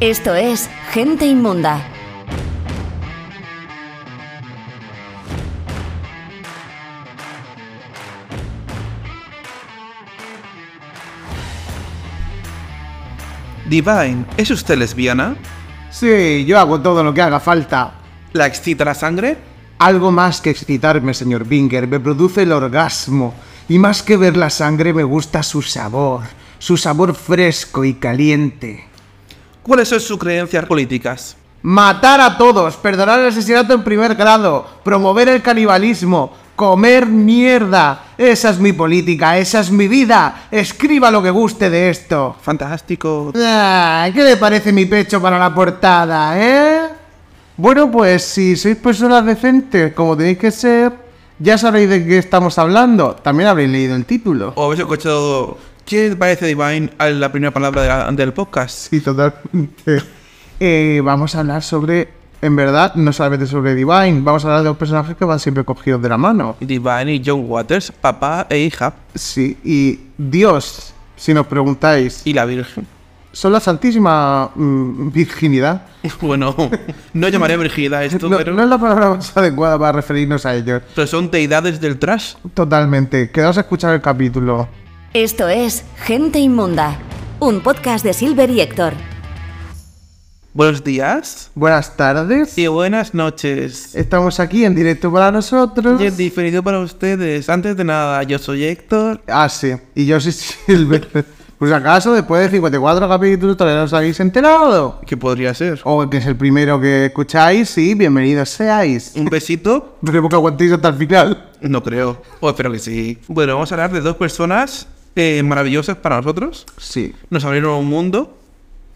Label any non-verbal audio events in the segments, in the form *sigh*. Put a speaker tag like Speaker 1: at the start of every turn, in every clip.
Speaker 1: Esto es Gente Inmunda.
Speaker 2: Divine, ¿es usted lesbiana?
Speaker 3: Sí, yo hago todo lo que haga falta.
Speaker 2: ¿La excita la sangre?
Speaker 3: Algo más que excitarme, señor Binger, me produce el orgasmo. Y más que ver la sangre, me gusta su sabor, su sabor fresco y caliente.
Speaker 2: ¿Cuáles son sus creencias políticas?
Speaker 3: Matar a todos, perdonar el asesinato en primer grado, promover el canibalismo, comer mierda. Esa es mi política, esa es mi vida. Escriba lo que guste de esto.
Speaker 2: Fantástico.
Speaker 3: Ah, ¿Qué le parece mi pecho para la portada, eh? Bueno, pues si sois personas decentes como tenéis que ser, ya sabréis de qué estamos hablando. También habréis leído el título.
Speaker 2: ¿O habéis escuchado qué parece Divine a la primera palabra de la- del podcast?
Speaker 3: Sí, totalmente. Eh, vamos a hablar sobre, en verdad, no solamente sobre Divine, vamos a hablar de los personajes que van siempre cogidos de la mano.
Speaker 2: Divine y John Waters, papá e hija,
Speaker 3: Sí, y Dios, si nos preguntáis,
Speaker 2: y la Virgen. *laughs*
Speaker 3: son la Santísima mm, Virginidad.
Speaker 2: Bueno, no llamaré virginidad a esto,
Speaker 3: No,
Speaker 2: pero,
Speaker 3: no es la palabra más *laughs* adecuada para referirnos a ellos.
Speaker 2: pero son deidades del trash.
Speaker 3: Totalmente. Quedaos a escuchar el capítulo.
Speaker 1: Esto es Gente Inmunda. Un podcast de Silver y Héctor.
Speaker 2: Buenos días
Speaker 3: Buenas tardes.
Speaker 2: y buenas noches.
Speaker 3: Estamos aquí en directo para nosotros.
Speaker 2: Y en diferido para ustedes. Antes de nada, yo soy Héctor.
Speaker 3: Ah, sí. Y yo
Speaker 2: *laughs*
Speaker 3: soy Silver. Pues acaso, después de 54 capítulos, todavía no os habéis enterado.
Speaker 2: ¿Qué podría ser?
Speaker 3: O el que es el primero que escucháis, sí, bienvenidos seáis.
Speaker 2: ¿Un besito?
Speaker 3: Esperemos que aguantéis hasta el final.
Speaker 2: No creo. O espero que sí. Bueno, vamos a hablar de dos personas eh, maravillosas para nosotros.
Speaker 3: Sí.
Speaker 2: Nos abrieron un mundo.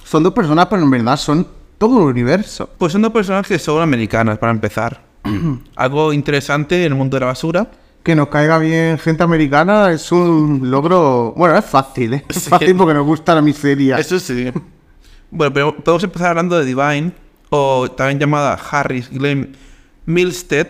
Speaker 3: Son dos personas, pero en verdad son todo el universo.
Speaker 2: Pues son dos personas que son americanas, para empezar. *clears throat* Algo interesante en el mundo de la basura.
Speaker 3: Que nos caiga bien gente americana es un logro. Bueno, es fácil, ¿eh? Es
Speaker 2: Sí.
Speaker 3: fácil porque nos gusta la miseria.
Speaker 2: Eso sí. Bueno, pero podemos empezar hablando de Divine, o también llamada Harris Glenn Milstead.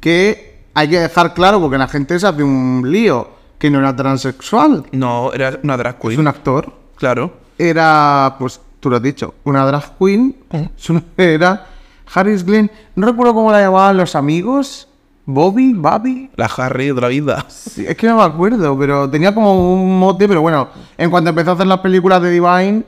Speaker 3: Que hay que dejar claro porque la gente se hace un lío. Que no era transexual.
Speaker 2: No, era una drag
Speaker 3: Es
Speaker 2: queen.
Speaker 3: un actor.
Speaker 2: Claro.
Speaker 3: Era, pues tú lo has dicho, una drag queen.
Speaker 2: Ujú.
Speaker 3: *laughs* Su nombre era Harris Glenn. No recuerdo cómo la llamaban los amigos. Bobby, Bobby.
Speaker 2: La Harry de la vida.
Speaker 3: Sí, es que no me acuerdo, pero tenía como un mote. Pero bueno, en cuanto empezó a hacer las películas de Divine,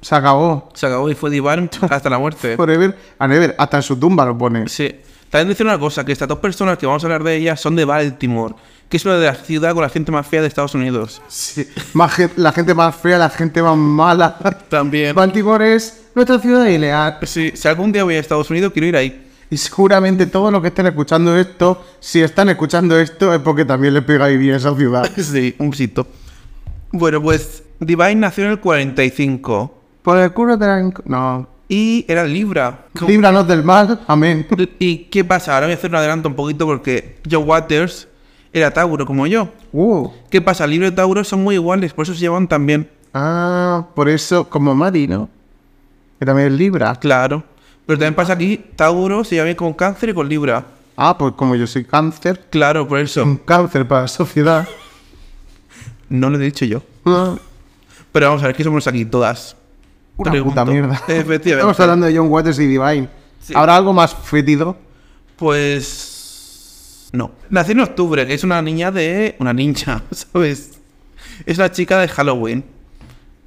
Speaker 3: se acabó.
Speaker 2: Se acabó y fue Divine hasta la muerte.
Speaker 3: Forever and ever. Hasta en su tumba lo pone.
Speaker 2: Sí. También decir una cosa, que estas dos personas que vamos a hablar de ellas son de Baltimore, que es una de las ciudades con la gente más fea de Estados Unidos.
Speaker 3: Sí. Más gen- la gente más fea, la gente más mala.
Speaker 2: *laughs* También.
Speaker 3: Baltimore es nuestra ciudad ideal.
Speaker 2: Sí, si algún día voy a Estados Unidos, quiero ir ahí.
Speaker 3: Y seguramente todos los que estén escuchando esto, si están escuchando esto, es porque también les pega vivir en esa ciudad.
Speaker 2: Ah, *laughs* Sí, un besito. Bueno, pues Divine nació en el 45
Speaker 3: Por el culo de la... inc- No.
Speaker 2: y era Libra.
Speaker 3: Líbranos del mal.
Speaker 2: *laughs*
Speaker 3: Amén.
Speaker 2: ¿Y qué pasa? Ahora voy a hacer un adelanto un poquito porque Joe Waters era Tauro como yo.
Speaker 3: Uh.
Speaker 2: ¿Qué pasa? Libra y Tauro son muy iguales, por eso se llevan tan bien.
Speaker 3: Ah, por eso, como Mari, ¿no? Que también es Libra.
Speaker 2: Claro. Pero también pasa aquí, Tauro se lleva bien con Cáncer y con Libra.
Speaker 3: Ah, pues como yo soy cáncer.
Speaker 2: Claro, por eso.
Speaker 3: Un cáncer para
Speaker 2: *laughs*
Speaker 3: la sociedad.
Speaker 2: No lo he dicho yo.
Speaker 3: Ah,
Speaker 2: Pero vamos a ver, ¿qué somos aquí todas?
Speaker 3: Una
Speaker 2: Pregunto.
Speaker 3: puta mierda.
Speaker 2: Efectivamente.
Speaker 3: Estamos hablando de John Waters y Divine.
Speaker 2: Sí.
Speaker 3: ¿Habrá algo más fétido?
Speaker 2: Pues. No. Nació en octubre, que es una niña de. Una ninja, *laughs* ¿sabes? Es la chica de Halloween.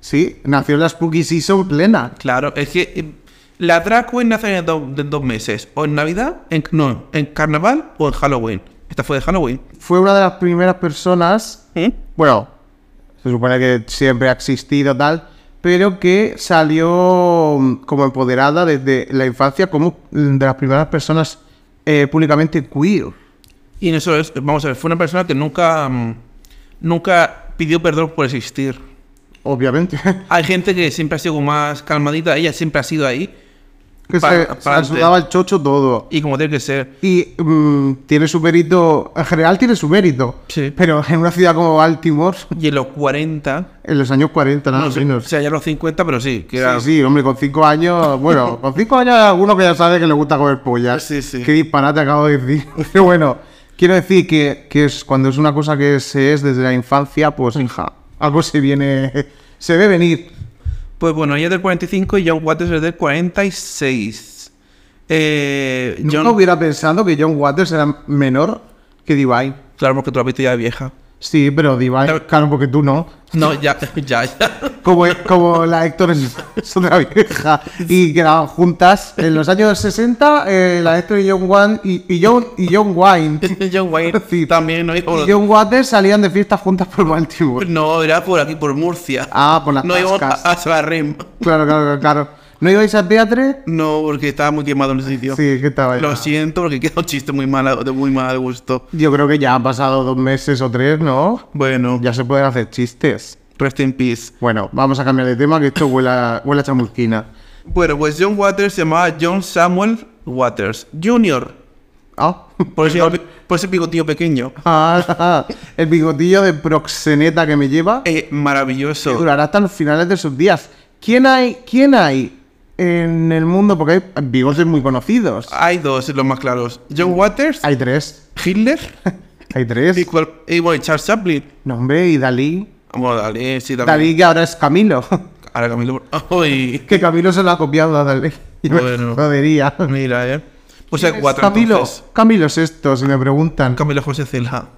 Speaker 3: Sí, nació en la Spooky Season plena.
Speaker 2: Claro, es que. eh, La drag queen nace en, do- en dos meses. O en Navidad, en, no, en Carnaval o en Halloween. Esta fue de Halloween.
Speaker 3: Fue una de las primeras personas,
Speaker 2: ¿Eh?
Speaker 3: bueno, se supone que siempre ha existido tal, pero que salió mm, como empoderada desde la infancia como mm, de las primeras personas eh, públicamente queer.
Speaker 2: Y en eso es. Vamos a ver, fue una persona que nunca. mm, Nunca pidió perdón por existir.
Speaker 3: Obviamente. *laughs*
Speaker 2: Hay gente que siempre ha sido más calmadita, ella siempre ha sido ahí.
Speaker 3: que
Speaker 2: Pa-
Speaker 3: se, se
Speaker 2: aparte.
Speaker 3: sudaba el chocho todo.
Speaker 2: Y como tiene que ser.
Speaker 3: Y mm, tiene su mérito, en general tiene su mérito.
Speaker 2: Sí.
Speaker 3: Pero en una ciudad como Baltimore, *laughs*
Speaker 2: Y en los 40,
Speaker 3: en los años 40, nada
Speaker 2: No, sí,
Speaker 3: Ah, menos.
Speaker 2: O sea, ya los 50, pero sí. Que era...
Speaker 3: Sí, sí, hombre, con cinco
Speaker 2: *laughs*
Speaker 3: años. Bueno, con cinco años hay alguno que ya sabe que le gusta comer pollas.
Speaker 2: Sí, sí.
Speaker 3: Qué disparate acabo de decir. *laughs* Pero bueno, quiero decir que, que es, cuando es una cosa que se es desde la infancia, pues hija, algo se viene. Se ve venir.
Speaker 2: Pues bueno, ella es del 45 y John Waters es del 46. Eh,
Speaker 3: Yo
Speaker 2: John-
Speaker 3: no hubiera pensado que John Waters era menor que Divine.
Speaker 2: Claro, porque tú lo has visto ya de vieja.
Speaker 3: Sí, pero Divine,
Speaker 2: Claro.
Speaker 3: claro, porque tú no.
Speaker 2: No, ya, *laughs* ya, ya.
Speaker 3: Como, como la Héctor *laughs* es, es otra vieja y quedaban juntas en los años 60, eh, la Héctor y John, Wan, y, y John, y *laughs* John Wayne
Speaker 2: John *laughs* Wayne
Speaker 3: Sí.
Speaker 2: también, ¿no?
Speaker 3: y John Waters salían de fiestas juntas por Baltimore.
Speaker 2: Pues No, era por aquí, por Murcia.
Speaker 3: Ah, por las
Speaker 2: no íbamos a,
Speaker 3: cascas.
Speaker 2: a Sabarrim.
Speaker 3: Claro, claro, claro, claro. ¿No ibais a Beatriz?
Speaker 2: No, porque estaba muy quemado en el sitio.
Speaker 3: Sí, que estaba
Speaker 2: Lo siento, porque queda un chiste muy mal, de muy mal gusto.
Speaker 3: Yo creo que ya han pasado dos meses o tres, ¿no?
Speaker 2: Bueno,
Speaker 3: Ya se pueden hacer chistes.
Speaker 2: rest in peace.
Speaker 3: Bueno, vamos a cambiar de tema, que esto huele a, huele a chamusquina.
Speaker 2: Bueno, pues John Waters se llamaba John Samuel Waters Jr.
Speaker 3: Ah. *laughs*
Speaker 2: Por ese, por ese bigotillo pequeño.
Speaker 3: Ah, el bigotillo de proxeneta que me lleva
Speaker 2: Eh,
Speaker 3: que
Speaker 2: maravilloso.
Speaker 3: durará hasta los finales de sus días. ¿Quién hay, quién hay en el mundo? Porque hay bigotes muy conocidos.
Speaker 2: Hay dos, los más claros. John Waters,
Speaker 3: Hay tres. *laughs*
Speaker 2: Hitler
Speaker 3: Hay
Speaker 2: y,
Speaker 3: tres.
Speaker 2: cual- y bueno, Charles Chaplin.
Speaker 3: No, hombre, y Dalí.
Speaker 2: Vamos, dale, sí, dale.
Speaker 3: Dalí que ahora es Camilo. *laughs*
Speaker 2: Ahora Camilo. Ay,
Speaker 3: que Camilo se lo ha copiado a Dalí. Y me
Speaker 2: Bueno.
Speaker 3: jodería.
Speaker 2: mira, eh. Pues hay cuatro.
Speaker 3: Camilo,
Speaker 2: entonces.
Speaker 3: Camilo es esto, si me preguntan.
Speaker 2: Camilo José Cela.
Speaker 3: *laughs*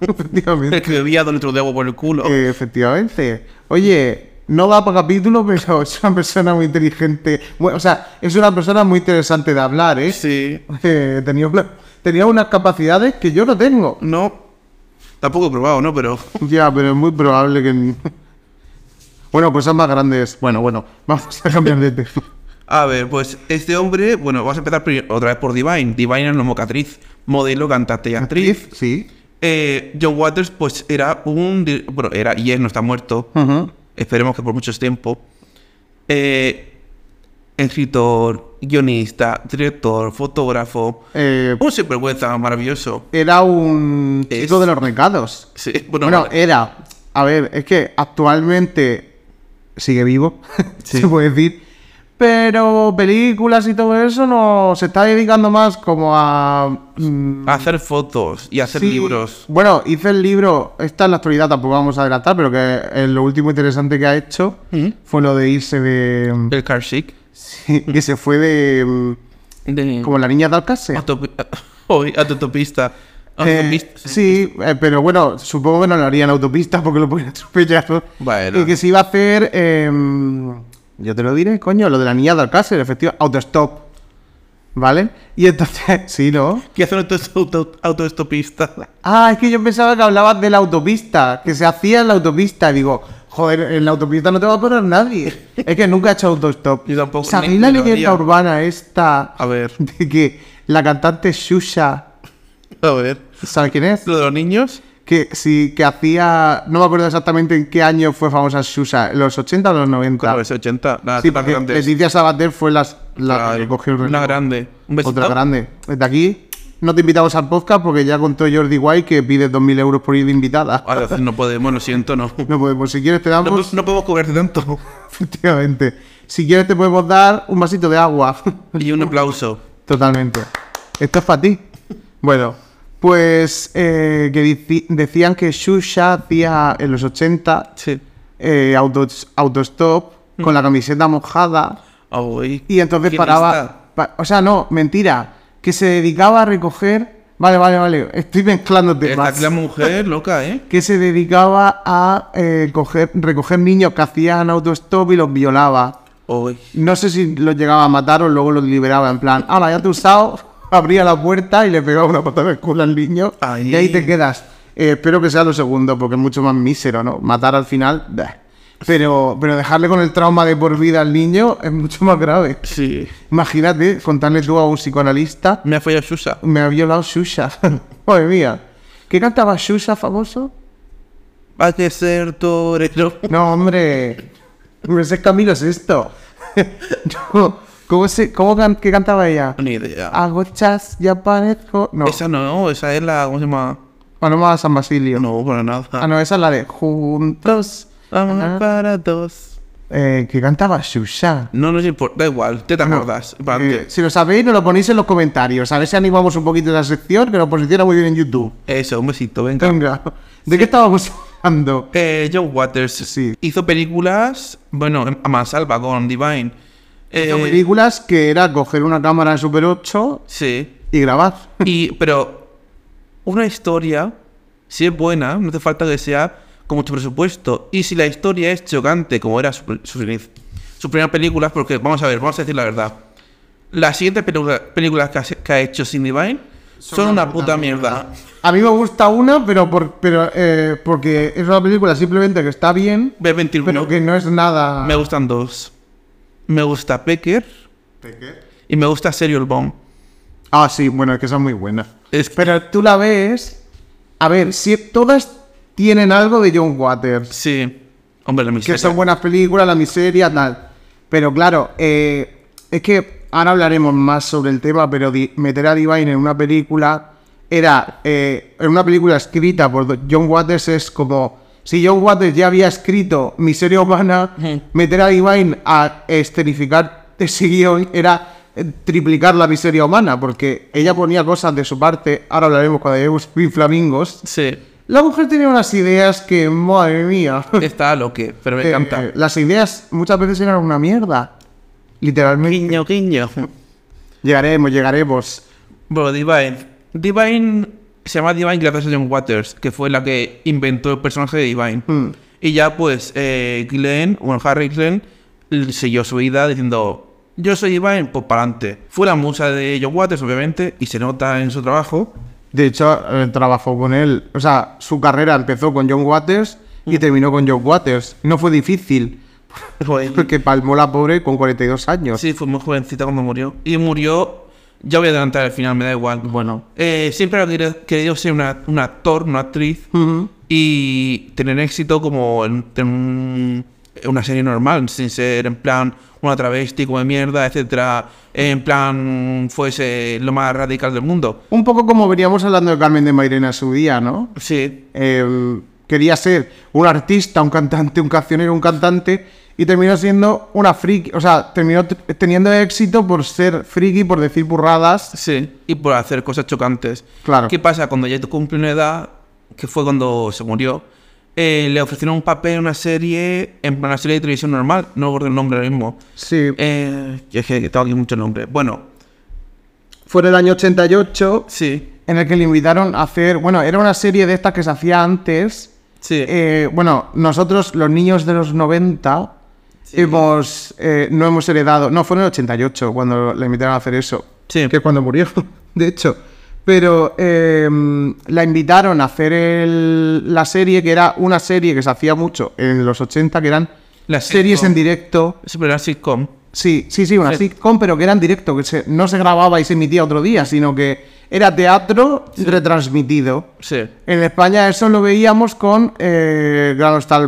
Speaker 2: *laughs*
Speaker 3: Efectivamente.
Speaker 2: El que bebía dos litros de agua por el culo.
Speaker 3: Eh, efectivamente. Oye, no da para capítulo, *laughs* pero es una persona muy inteligente. Bueno, o sea, es una persona muy interesante de hablar, ¿eh?
Speaker 2: Sí.
Speaker 3: *laughs* Eh, tenía, una- tenía unas capacidades que yo
Speaker 2: *laughs*
Speaker 3: no tengo.
Speaker 2: No. Tampoco he probado, ¿no? Pero.
Speaker 3: Ya, pero es muy probable que... Bueno, cosas más grandes. Bueno, bueno, *laughs* vamos a cambiar de tema.
Speaker 2: A ver, pues este hombre. Bueno, vamos a empezar pri- otra vez por Divine. Divine era una mocatriz, modelo, cantante y actriz.
Speaker 3: Sí.
Speaker 2: Eh, John Waters, pues era un. di- Bueno, era y él no está muerto.
Speaker 3: Ujú.
Speaker 2: Esperemos que por mucho tiempo. Eh, escritor, guionista, director, fotógrafo.
Speaker 3: Eh,
Speaker 2: Un sinvergüenza maravilloso.
Speaker 3: era un
Speaker 2: Es-
Speaker 3: chico de los recados.
Speaker 2: Sí, bueno,
Speaker 3: Bueno, eh,
Speaker 2: vale.
Speaker 3: era. A ver, es que actualmente sigue vivo, *laughs*
Speaker 2: Sí.
Speaker 3: se puede decir. Pero películas y todo eso no se está dedicando más como a. mm,
Speaker 2: hacer fotos y hacer
Speaker 3: sí.
Speaker 2: libros.
Speaker 3: Bueno, hice el libro, esta en la actualidad tampoco vamos a adelantar, pero que eh, lo último interesante que ha hecho
Speaker 2: ¿Mm?
Speaker 3: fue lo de irse de.
Speaker 2: El car chic.
Speaker 3: *laughs* sí, que se fue de. mm,
Speaker 2: De...
Speaker 3: Como la niña de Alcácer.
Speaker 2: Autopi- *laughs* Hoy, autotopista.
Speaker 3: Eh,
Speaker 2: Autopista.
Speaker 3: sí, eh, pero bueno, supongo que no lo harían autopista porque lo pueden *laughs* atropellar.
Speaker 2: Bueno.
Speaker 3: Y que se iba a hacer. em, yo te lo diré, coño, lo de la niña de Alcácer, efectivo, autostop. ¿Vale? Y entonces, *laughs* sí, ¿no?
Speaker 2: ¿Qué hace un auto- auto- autoestopista?
Speaker 3: Ah, es que yo pensaba que hablabas de la autopista, que se hacía en la autopista. Y digo, joder, en la autopista no te va a parar nadie.
Speaker 2: *laughs*
Speaker 3: Es que nunca he hecho autostop.
Speaker 2: Yo tampoco, ni-
Speaker 3: ¿Sabéis la
Speaker 2: ni lo
Speaker 3: leyenda
Speaker 2: haría.
Speaker 3: urbana esta
Speaker 2: A ver,
Speaker 3: de que la cantante Shusha,
Speaker 2: a ver.
Speaker 3: ¿sabes quién es?
Speaker 2: ¿Lo de los niños?
Speaker 3: Que sí, que hacía. No me acuerdo exactamente en qué año fue famosa Susa, ¿los 80 o los 90?
Speaker 2: Claro, es 80. Nada,
Speaker 3: sí,
Speaker 2: tan
Speaker 3: porque
Speaker 2: grande.
Speaker 3: Leticia Sabater fue las, la
Speaker 2: Claro,
Speaker 3: que cogió el
Speaker 2: Una
Speaker 3: relevo.
Speaker 2: grande. Un besito.
Speaker 3: Otra grande. Desde aquí no te invitamos al podcast porque ya contó Jordi White que pide 2.000 euros por ir de invitada.
Speaker 2: A ver, no podemos, lo siento, no. No,
Speaker 3: No podemos, si quieres te damos.
Speaker 2: po- no podemos cobrarte tanto.
Speaker 3: *laughs* Efectivamente. Si quieres te podemos dar un vasito de agua. *laughs*
Speaker 2: Y un aplauso.
Speaker 3: Totalmente. Esto es para ti. Bueno, pues eh, que dici- decían que Shusha hacía en los 80
Speaker 2: Sí.
Speaker 3: eh, autos- autostop con la camiseta mojada
Speaker 2: Ay,
Speaker 3: y entonces
Speaker 2: Mm. qué lista.
Speaker 3: paraba. pa- o sea, no, mentira. Que se dedicaba a recoger. Vale, vale, vale. Estoy mezclando
Speaker 2: Está
Speaker 3: temas.
Speaker 2: aquí la mujer loca, ¿eh?
Speaker 3: Que se dedicaba a eh, coger, recoger niños que hacían autostop y los violaba.
Speaker 2: Ay.
Speaker 3: No sé si los llegaba a matar o luego los liberaba en plan, ahora ya te he usado, *laughs* abría la puerta y le pegaba una patada en el culo al niño
Speaker 2: Ahí.
Speaker 3: y ahí te quedas. Eh, espero que sea lo segundo, porque es mucho más mísero, ¿no? Matar al final, bah. pero, pero dejarle con el trauma de por vida al niño es mucho más grave.
Speaker 2: Sí.
Speaker 3: Imagínate contarle tú a un psicoanalista,
Speaker 2: Me ha fallado Susa.
Speaker 3: me ha violado Shusha. *laughs* Madre mía. ¿Qué cantaba Shusha famoso?
Speaker 2: Hay que ser torero.
Speaker 3: No, hombre. Hombre, ese Camilo es esto. *laughs* No, ¿Cómo se, cómo can- qué cantaba ella?
Speaker 2: Ni idea.
Speaker 3: Hago chas, ya parezco. Ah, No, ah,
Speaker 2: Esa no, esa es la. ¿Cómo se llama?
Speaker 3: Paloma de San Basilio.
Speaker 2: No, para nada.
Speaker 3: Ah, no, esa es la de Juntos.
Speaker 2: Vamos
Speaker 3: Ajá.
Speaker 2: para dos.
Speaker 3: Eh, que cantaba Shusha.
Speaker 2: No nos importa, da igual, te te acuerdas. para
Speaker 3: Eh, si lo sabéis, nos lo ponéis en los comentarios. A ver si animamos un poquito la sección, que nos posiciona muy bien en YouTube.
Speaker 2: Eso, un besito, venga.
Speaker 3: Venga. ¿De qué estábamos? pensando.
Speaker 2: Eh, John Waters
Speaker 3: Sí.
Speaker 2: hizo películas, bueno, a mansalva con Divine. Eh,
Speaker 3: Son películas que era coger una cámara en Super 8
Speaker 2: Sí.
Speaker 3: y grabar.
Speaker 2: *laughs* Y, pero una historia, si es buena, no hace falta que sea con mucho presupuesto. Y si la historia es chocante, como era su, su, inici- su primera película, porque vamos a ver, vamos a decir la verdad. Las siguientes pelicula- películas que ha, se- que ha hecho Cindy Vine son, una, puta, mierda.
Speaker 3: A mí me gusta una, pero, por, pero eh, porque es una película simplemente que está bien,
Speaker 2: Ve 21.
Speaker 3: pero que no es nada.
Speaker 2: Me gustan dos. Me gusta Pecker y me gusta Serial Bomb.
Speaker 3: Ah, sí, bueno, es que son muy buenas.
Speaker 2: Es que-
Speaker 3: Pero tú la ves. A ver, si todas tienen algo de John Waters.
Speaker 2: Sí. Hombre, la miseria.
Speaker 3: Que son buenas películas, la miseria, tal. Pero claro, eh, es que ahora hablaremos más sobre el tema, pero di- meter a Divine en una película era. eh, en una película escrita por Do- John Waters es como. Si John Waters ya había escrito Miseria Humana,
Speaker 1: Ujú.
Speaker 3: meter a Divine a escenificar ese guión era eh, triplicar la miseria humana, porque ella ponía cosas de su parte, ahora hablaremos cuando lleguemos a Flamingos. *laughs*
Speaker 2: Sí.
Speaker 3: La mujer tenía unas ideas que, madre mía.
Speaker 2: Está lo que, pero me
Speaker 3: Eh,
Speaker 2: encanta.
Speaker 3: eh, las ideas muchas veces eran una mierda. Literalmente.
Speaker 2: Guiño, guiño.
Speaker 3: Llegaremos, llegaremos.
Speaker 2: Bueno, Divine. Divine se llama Divine gracias a John Waters, que fue la que inventó el personaje de Divine.
Speaker 3: Mm.
Speaker 2: Y ya pues eh, Glenn, bueno, Harry Glenn, l- siguió su vida diciendo, yo soy Divine, pues para adelante. Fue la musa de John Waters, obviamente, y se nota en su trabajo.
Speaker 3: De hecho, eh, trabajó con él. O sea, su carrera empezó con John Waters y
Speaker 2: Mm.
Speaker 3: terminó con John Waters. No fue difícil, porque palmó la pobre con 42 años.
Speaker 2: Mm. *laughs* Sí, fue muy jovencita cuando murió. Y murió, ya voy a adelantar al final, me da igual.
Speaker 3: Bueno.
Speaker 2: Eh, siempre había querido- querido ser una, un actor, una actriz.
Speaker 3: Ujú.
Speaker 2: y tener éxito como en, en un- en una serie normal, sin ser en plan una travesti como de mierda, etcétera, en plan fuese lo más radical del mundo.
Speaker 3: Un poco como veníamos hablando de Carmen de Mairena en su día, ¿no?
Speaker 2: Sí,
Speaker 3: Eh, quería ser un artista, un cantante, un cancionero, un cantante. Y terminó siendo una friki. O sea, terminó t- teniendo éxito por ser friki, por decir burradas.
Speaker 2: sí, y por hacer cosas chocantes.
Speaker 3: Claro.
Speaker 2: ¿Qué pasa cuando ya cumple una edad, que fue cuando se murió? eh, le ofrecieron un papel en una serie, en una serie de televisión normal, no recuerdo el nombre ahora mismo.
Speaker 3: Sí.
Speaker 2: Eh, es que tengo aquí muchos nombres. Bueno,
Speaker 3: Fue en el año 88
Speaker 2: sí,
Speaker 3: en el que le invitaron a hacer. Bueno, era una serie de estas que se hacía antes.
Speaker 2: sí.
Speaker 3: Eh, bueno, nosotros, los niños de los 90,
Speaker 2: Sí.
Speaker 3: hemos, eh, no hemos heredado. No, fue en el 88 cuando le invitaron a hacer eso.
Speaker 2: Sí.
Speaker 3: Que es cuando murió, *laughs* de hecho. Pero eh, la invitaron a hacer el- la serie, que era una serie que se hacía mucho en los 80, que eran
Speaker 2: Las
Speaker 3: series en directo.
Speaker 2: Sí, pero era sitcom.
Speaker 3: Sí, sí, sí, una
Speaker 2: Sí.
Speaker 3: sitcom, pero que era en directo, que se- no se grababa y se emitía otro día, sino que era teatro retransmitido.
Speaker 2: Sí.
Speaker 3: En España eso lo veíamos con eh, Gran Hostal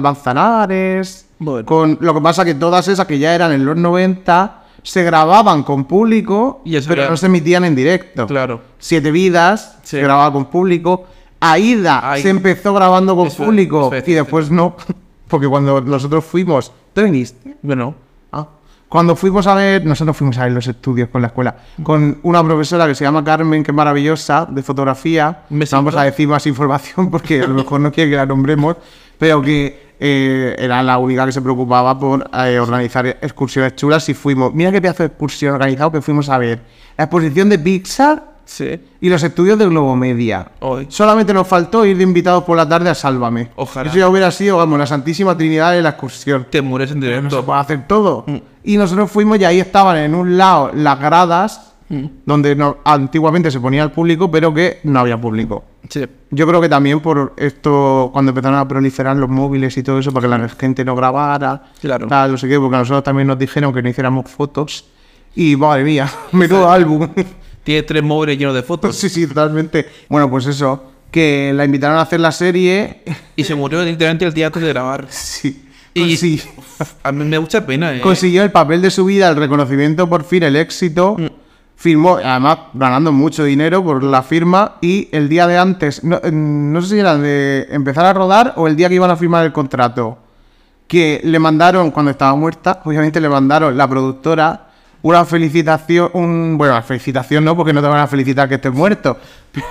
Speaker 3: Manzanares,
Speaker 2: Bueno.
Speaker 3: con lo que pasa que todas esas que ya eran en los 90 se grababan con público,
Speaker 2: Y eso
Speaker 3: pero
Speaker 2: era-
Speaker 3: no se emitían en directo.
Speaker 2: Claro.
Speaker 3: Siete Vidas
Speaker 2: Sí.
Speaker 3: se grababa con público, Aida
Speaker 2: Ay.
Speaker 3: se empezó grabando con
Speaker 2: Eso-
Speaker 3: público
Speaker 2: eso es
Speaker 3: y
Speaker 2: cierto.
Speaker 3: después no, *laughs* porque cuando nosotros fuimos, ¿tú viniste?
Speaker 2: Bueno,
Speaker 3: Ah. Cuando fuimos a ver, nosotros fuimos a ver los estudios con la escuela, con una profesora que se llama Carmen, que es maravillosa, de fotografía.
Speaker 2: Un
Speaker 3: No
Speaker 2: besito.
Speaker 3: vamos a decir más información porque a lo mejor no quiere que la nombremos, pero que eh, era la única que se preocupaba por eh, organizar excursiones chulas y fuimos. Mira qué pedazo de excursión organizado que fuimos a ver. La exposición de Pixar
Speaker 2: sí.
Speaker 3: y los estudios de Globomedia.
Speaker 2: Hoy.
Speaker 3: Solamente nos faltó ir de invitados por la tarde a Sálvame.
Speaker 2: Ojalá.
Speaker 3: Eso ya hubiera sido, vamos, la Santísima Trinidad de la excursión
Speaker 2: Te mueres en
Speaker 3: no se
Speaker 2: directo.
Speaker 3: puede hacer todo.
Speaker 2: Mm.
Speaker 3: Y nosotros fuimos y ahí estaban en un lado las gradas,
Speaker 2: Mm.
Speaker 3: donde no- antiguamente se ponía el público, pero que no había público.
Speaker 2: Sí.
Speaker 3: Yo creo que también por esto, cuando empezaron a proliferar los móviles y todo eso, para que la gente no grabara,
Speaker 2: Claro.
Speaker 3: tal, no sé qué, porque a nosotros también nos dijeron que no hiciéramos fotos. Y madre mía, *laughs* menudo álbum.
Speaker 2: Tiene tres móviles llenos de fotos.
Speaker 3: sí, sí, totalmente. Bueno, pues eso, que la invitaron a hacer la serie. *laughs*
Speaker 2: Y se murió literalmente el día antes de grabar.
Speaker 3: sí. pues
Speaker 2: Y
Speaker 3: sí. Pues
Speaker 2: Uf, a mí me da mucha pena, eh.
Speaker 3: Consiguió el papel de su vida, el reconocimiento por fin, el éxito. Firmó, además ganando mucho dinero por la firma. Y el día de antes, no, eh, no sé si era de empezar a rodar o el día que iban a firmar el contrato, que le mandaron, cuando estaba muerta, obviamente le mandaron la productora una felicitación, un, bueno, la felicitación no, porque no te van a felicitar que estés muerto, *laughs* pero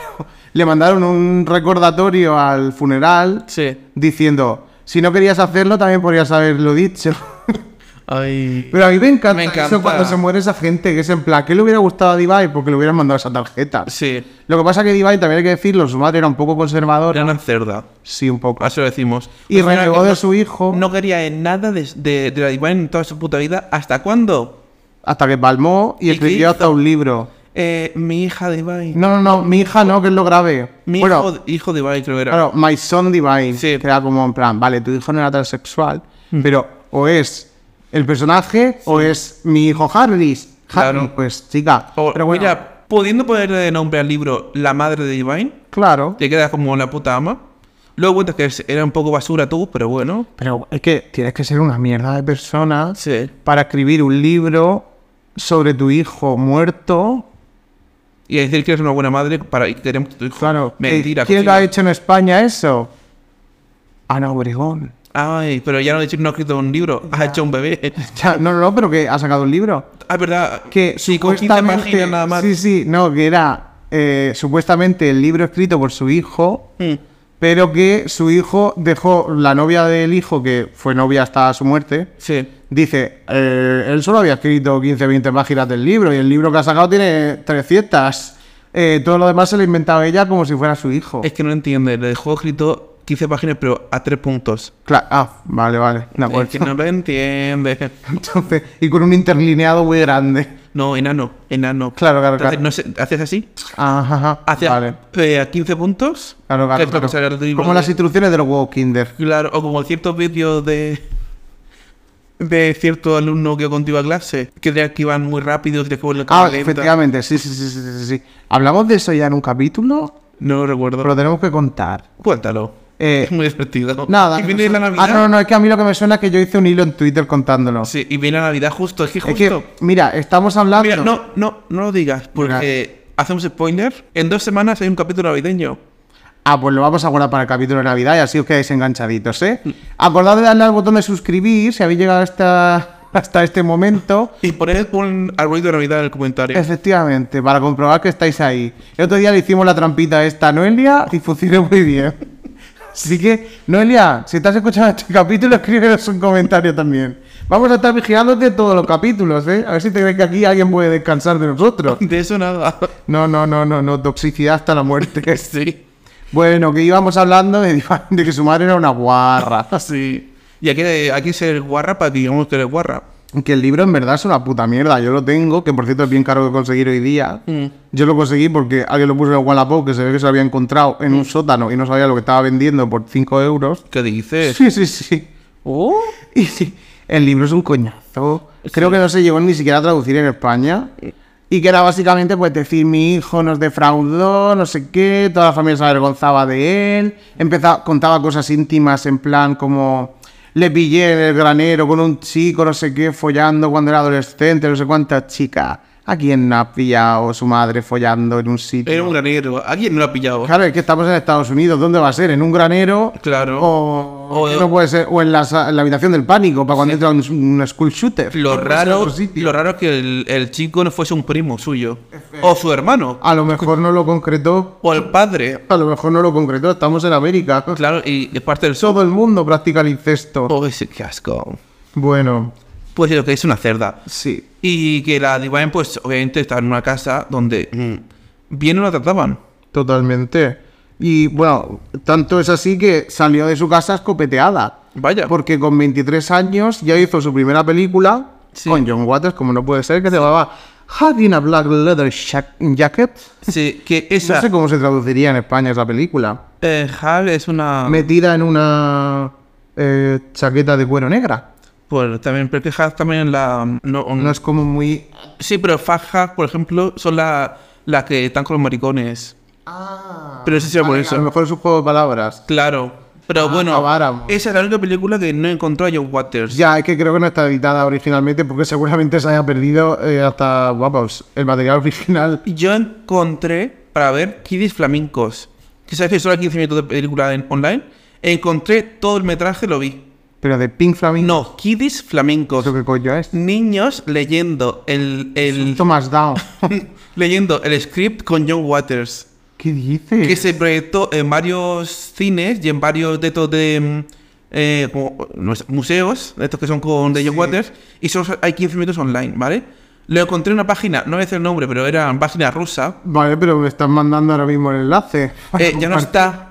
Speaker 3: le mandaron un recordatorio al funeral
Speaker 2: Sí.
Speaker 3: diciendo, si no querías hacerlo también podrías haberlo dicho. *laughs*
Speaker 2: Ay.
Speaker 3: Pero a mí me encanta,
Speaker 2: Me encanta.
Speaker 3: eso cuando se muere esa gente, que es en plan, ¿qué le hubiera gustado a Divine? Porque le hubieran mandado esa tarjeta.
Speaker 2: Sí.
Speaker 3: Lo que pasa que Divine, también hay que decirlo, su madre era un poco conservadora.
Speaker 2: Gran cerda.
Speaker 3: Sí, un poco.
Speaker 2: Así lo decimos.
Speaker 3: Y
Speaker 2: Al final,
Speaker 3: renegó
Speaker 2: no-
Speaker 3: de su hijo
Speaker 2: No quería en nada de, de, de la Divine en toda su puta vida. ¿Hasta cuándo?
Speaker 3: hasta que palmó y
Speaker 2: ¿Y qué
Speaker 3: escribió hasta
Speaker 2: hizo?
Speaker 3: un libro.
Speaker 2: Eh, mi hija Divine.
Speaker 3: No, no, no, mi hija no, que es lo grave.
Speaker 2: Mi
Speaker 3: bueno,
Speaker 2: hijo, hijo Divine creo que era.
Speaker 3: Claro, My Son Divine,
Speaker 2: Sí. Mm.
Speaker 3: que era como en plan, vale, tu hijo no era transexual, pero o es el personaje o es mi hijo Harris.
Speaker 2: Claro.
Speaker 3: Harris, Pues chica.
Speaker 2: O-
Speaker 3: pero bueno,
Speaker 2: Mira, pudiendo ponerle de nombre al libro La Madre de Divine,
Speaker 3: claro.
Speaker 2: te quedas como la puta ama. Luego cuentas que es- era un poco basura tú, pero bueno.
Speaker 3: Pero es que tienes que ser una mierda de persona
Speaker 2: Sí.
Speaker 3: para escribir un libro sobre tu hijo muerto.
Speaker 2: Y decir que eres una buena madre para y queremos a tu hijo.
Speaker 3: Claro.
Speaker 2: Mentira.
Speaker 3: eh, ¿Quién lo
Speaker 2: cochina.
Speaker 3: ha hecho en España eso? Ana Obregón. *laughs*
Speaker 2: Ay, pero ya no he dicho que no ha escrito un libro, ha hecho un bebé.
Speaker 3: Ya, no, no, no, pero que ha sacado un libro.
Speaker 2: Ah, es verdad.
Speaker 3: que
Speaker 2: sí, con 15
Speaker 3: supuestamente
Speaker 2: páginas nada más.
Speaker 3: Sí, sí, no, que era eh, supuestamente el libro escrito por su hijo,
Speaker 2: Mm.
Speaker 3: pero que su hijo dejó la novia del hijo, que fue novia hasta su muerte.
Speaker 2: Sí.
Speaker 3: Dice, eh, él solo había escrito 15, 20 páginas del libro y el libro que ha sacado tiene 300. Eh, todo lo demás se lo inventaba ella como si fuera su hijo.
Speaker 2: Es que no entiende, le dejó escrito 15 páginas, pero a 3 puntos.
Speaker 3: Cla- ah, vale, vale. de acuerdo.
Speaker 2: Es que no lo entiende.
Speaker 3: *laughs* Entonces, y con un interlineado muy grande.
Speaker 2: No, enano, enano.
Speaker 3: Claro, claro,
Speaker 2: Entonces,
Speaker 3: claro.
Speaker 2: no sé, haces así,
Speaker 3: Ajá, ajá.
Speaker 2: hacia
Speaker 3: Ah, Vale.
Speaker 2: eh, a 15 puntos.
Speaker 3: Claro,
Speaker 2: que
Speaker 3: claro,
Speaker 2: es para
Speaker 3: claro.
Speaker 2: pasar el libro
Speaker 3: Como
Speaker 2: de-
Speaker 3: las instrucciones de los huevos Kinder.
Speaker 2: Claro, o como ciertos vídeos de de cierto alumno que contigo a clase, que tenías que iban muy rápido, que te la
Speaker 3: Ah,
Speaker 2: cámara lenta.
Speaker 3: efectivamente, sí, sí, sí, sí, sí, sí. Hablamos de eso ya en un capítulo,
Speaker 2: No lo
Speaker 3: pero
Speaker 2: recuerdo.
Speaker 3: lo tenemos que contar.
Speaker 2: Cuéntalo.
Speaker 3: Eh,
Speaker 2: es muy divertido.
Speaker 3: Nada.
Speaker 2: Y viene la Navidad.
Speaker 3: Ah, no, no, es que a mí lo que me suena es que yo hice un hilo en Twitter contándolo.
Speaker 2: Sí, y viene la Navidad justo, es que justo. Ah,
Speaker 3: es que, mira, estamos hablando...
Speaker 2: Mira, no, no, no lo digas, porque hacemos spoiler. En dos semanas hay un capítulo navideño.
Speaker 3: Ah, pues lo vamos a guardar para el capítulo de Navidad y así os quedáis enganchaditos, ¿eh?
Speaker 2: Mm.
Speaker 3: Acordad de darle al botón de suscribir si habéis llegado hasta, hasta este momento.
Speaker 2: Y poned un arbolito de Navidad en el comentario.
Speaker 3: Efectivamente, para comprobar que estáis ahí. El otro día le hicimos la trampita a esta a Noelia y funcionó muy bien. Así que, Noelia, si estás escuchando este capítulo, escríbenos un comentario también. Vamos a estar vigilando de todos los capítulos, ¿eh? A ver si te crees que aquí alguien puede descansar de nosotros.
Speaker 2: De eso nada. *laughs*
Speaker 3: No, no, no, no, no, toxicidad hasta la muerte.
Speaker 2: sí,
Speaker 3: Bueno, que íbamos hablando de, *laughs* de que su madre era una guarra.
Speaker 2: así. Y aquí, aquí es el guarra para que digamos que eres guarra.
Speaker 3: Que el libro en verdad es una puta mierda. Yo lo tengo, que por cierto es bien caro de conseguir hoy día.
Speaker 2: Mm.
Speaker 3: Yo lo conseguí porque alguien lo puso en el Wallapop que se ve que se lo había encontrado en un sótano y no sabía lo que estaba vendiendo por 5 euros.
Speaker 2: ¿Qué dices?
Speaker 3: Sí, sí, sí.
Speaker 2: Oh.
Speaker 3: Y sí, el libro es un coñazo. Creo que no se llegó ni siquiera a traducir en España.
Speaker 2: Eh.
Speaker 3: Y que era básicamente pues decir mi hijo nos defraudó, no sé qué, toda la familia se avergonzaba de él. Empezaba, contaba cosas íntimas en plan como le pillé en el granero con un chico, no sé qué, follando cuando era adolescente, no sé cuántas chicas. ¿A quién no ha pillado su madre follando en un sitio?
Speaker 2: Era un granero. ¿A quién no lo ha pillado?
Speaker 3: Claro, es que estamos en Estados Unidos. ¿Dónde va a ser? ¿En un granero?
Speaker 2: Claro.
Speaker 3: O,
Speaker 2: O-
Speaker 3: no puede ser. O en la, sa- en la habitación del pánico, para cuando entra un, un school shooter.
Speaker 2: Lo
Speaker 3: No puede ser
Speaker 2: raro,
Speaker 3: otro sitio.
Speaker 2: lo raro es que el, el chico no fuese un primo suyo. O su hermano.
Speaker 3: A lo mejor no lo concretó.
Speaker 2: O el padre.
Speaker 3: A lo mejor no lo concretó. Estamos en América.
Speaker 2: Claro, y es parte del sol.
Speaker 3: Todo el mundo practica el incesto.
Speaker 2: Oh, ese qué asco.
Speaker 3: Bueno,
Speaker 2: Pues lo que es una cerda.
Speaker 3: sí.
Speaker 2: Y que la Divine, pues, obviamente, está en una casa donde mm, bien no la trataban.
Speaker 3: Totalmente. Y bueno, tanto es así que salió de su casa escopeteada.
Speaker 2: Vaya.
Speaker 3: Porque con 23 años ya hizo su primera película
Speaker 2: Sí.
Speaker 3: con John Waters, como no puede ser, que se llamaba Having a Black Leather Shack- Jacket.
Speaker 2: Sí, que
Speaker 3: *laughs* No
Speaker 2: esa.
Speaker 3: sé cómo se traduciría en España esa película.
Speaker 2: eh, Hal es una.
Speaker 3: Metida en una eh, chaqueta de cuero negra.
Speaker 2: Pues también, pero que Hal también la. No, un-
Speaker 3: No es como muy...
Speaker 2: Sí, pero Faja, por ejemplo, son las la que están con los maricones.
Speaker 3: Ah, Ah,
Speaker 2: Pero eso sí, por
Speaker 3: A
Speaker 2: eso.
Speaker 3: lo mejor es un juego de palabras.
Speaker 2: Claro. Pero bueno,
Speaker 3: Báramo.
Speaker 2: esa es la única película que no encontró a John Waters.
Speaker 3: Ya, es que creo que no está editada originalmente porque seguramente se haya perdido eh, hasta, vamos, el material original.
Speaker 2: Yo encontré, para ver Kiddies Flamencos, que sabes que solo hay 15 minutos de película en online, encontré todo el metraje, lo vi.
Speaker 3: Pero de Pink Flamingo.
Speaker 2: No, kiddies flamencos.
Speaker 3: ¿Eso qué coño es?
Speaker 2: Niños leyendo el, el
Speaker 3: Esto más
Speaker 2: *laughs*
Speaker 3: dado.
Speaker 2: leyendo el script con John Waters.
Speaker 3: ¿Qué dices?
Speaker 2: Que se proyectó en varios cines y en varios de estos de mm, eh, como, no sé, museos, de estos que son con de John
Speaker 3: Sí.
Speaker 2: Waters, y solo hay 15 minutos online, ¿vale? Lo encontré en una página, no voy a decir el nombre, pero era una página rusa.
Speaker 3: Vale, pero me estás mandando ahora mismo el enlace.
Speaker 2: Eh, ya no está.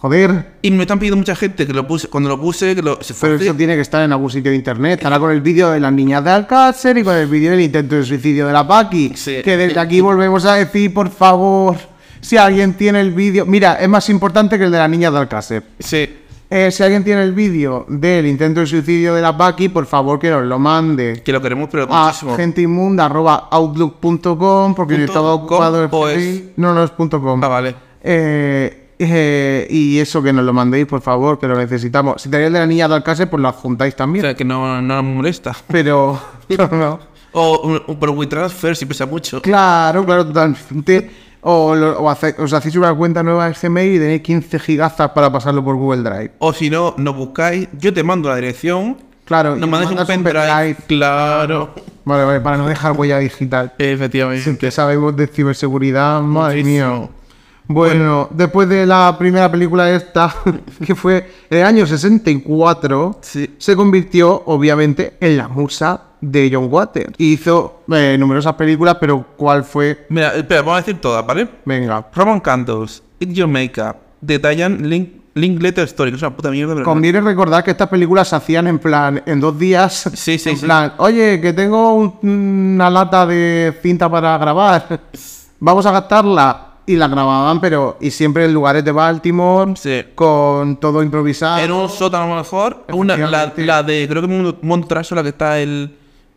Speaker 3: Joder.
Speaker 2: Y me lo han pedido mucha gente que lo puse, cuando lo puse, que lo, se fue.
Speaker 3: Pero eso tiene que estar en algún sitio de internet. Estará con el vídeo de las niñas de Alcácer y con el vídeo del intento de suicidio de la Paki.
Speaker 2: Sí.
Speaker 3: Que desde aquí volvemos a decir, por favor, si alguien tiene el vídeo. Mira, es más importante que el de las niñas de Alcácer.
Speaker 2: Sí.
Speaker 3: Eh, si alguien tiene el vídeo del intento de suicidio de la Paki, por favor que nos lo mande
Speaker 2: Que lo queremos, pero
Speaker 3: a
Speaker 2: muchísimo.
Speaker 3: genteinmunda.outlook.com porque yo
Speaker 2: Punto
Speaker 3: estaba
Speaker 2: com
Speaker 3: ocupado de
Speaker 2: o es.
Speaker 3: escribir. No, no es punto com.
Speaker 2: Ah, vale.
Speaker 3: Eh, eh, y eso que nos lo mandéis, por favor, que lo necesitamos. Si tenéis el de la niña de Alcácer, pues lo adjuntáis
Speaker 2: O
Speaker 3: también.
Speaker 2: sea, que no, no nos molesta.
Speaker 3: Pero, *laughs* pero no.
Speaker 2: O un- un- por WeTransfer, si pesa mucho.
Speaker 3: Claro, claro, totalmente. O, lo- o hace- os hacéis una cuenta nueva de Gmail y tenéis 15 gigazas para pasarlo por Google Drive.
Speaker 2: O si no, nos buscáis. Yo te mando la dirección.
Speaker 3: Claro, y
Speaker 2: Nos mandáis un
Speaker 3: mandas un
Speaker 2: pendrive.
Speaker 3: pendrive.
Speaker 2: Claro.
Speaker 3: Vale, vale, para no dejar huella digital. Sí,
Speaker 2: Efectivamente.
Speaker 3: que sabemos de ciberseguridad, madre
Speaker 2: Muchísimo. Pues-
Speaker 3: mía. Bueno, después de la primera película esta, *laughs* que fue en el año 64,
Speaker 2: Sí.
Speaker 3: se convirtió obviamente en la musa de John Waters. Hizo eh, numerosas películas, pero ¿cuál fue?
Speaker 2: Mira, espera, vamos a decir todas, ¿vale?
Speaker 3: Venga,
Speaker 2: Roman Candles, Eat Your Makeup, The Diane Link, Linkletter Story, que es una puta mierda, pero...
Speaker 3: conviene recordar que estas películas se hacían en plan, en dos días.
Speaker 2: Sí, sí,
Speaker 3: en
Speaker 2: sí.
Speaker 3: plan, oye, que tengo un- una lata de cinta para grabar,
Speaker 2: *laughs*
Speaker 3: vamos a gastarla. Y la grababan, pero. Y siempre en lugares de Baltimore.
Speaker 2: Sí.
Speaker 3: con todo improvisado.
Speaker 2: En un sótano a lo mejor, una, la,
Speaker 3: Efectivamente.
Speaker 2: la de, creo que Mondo, Mondo Traso, la que está el...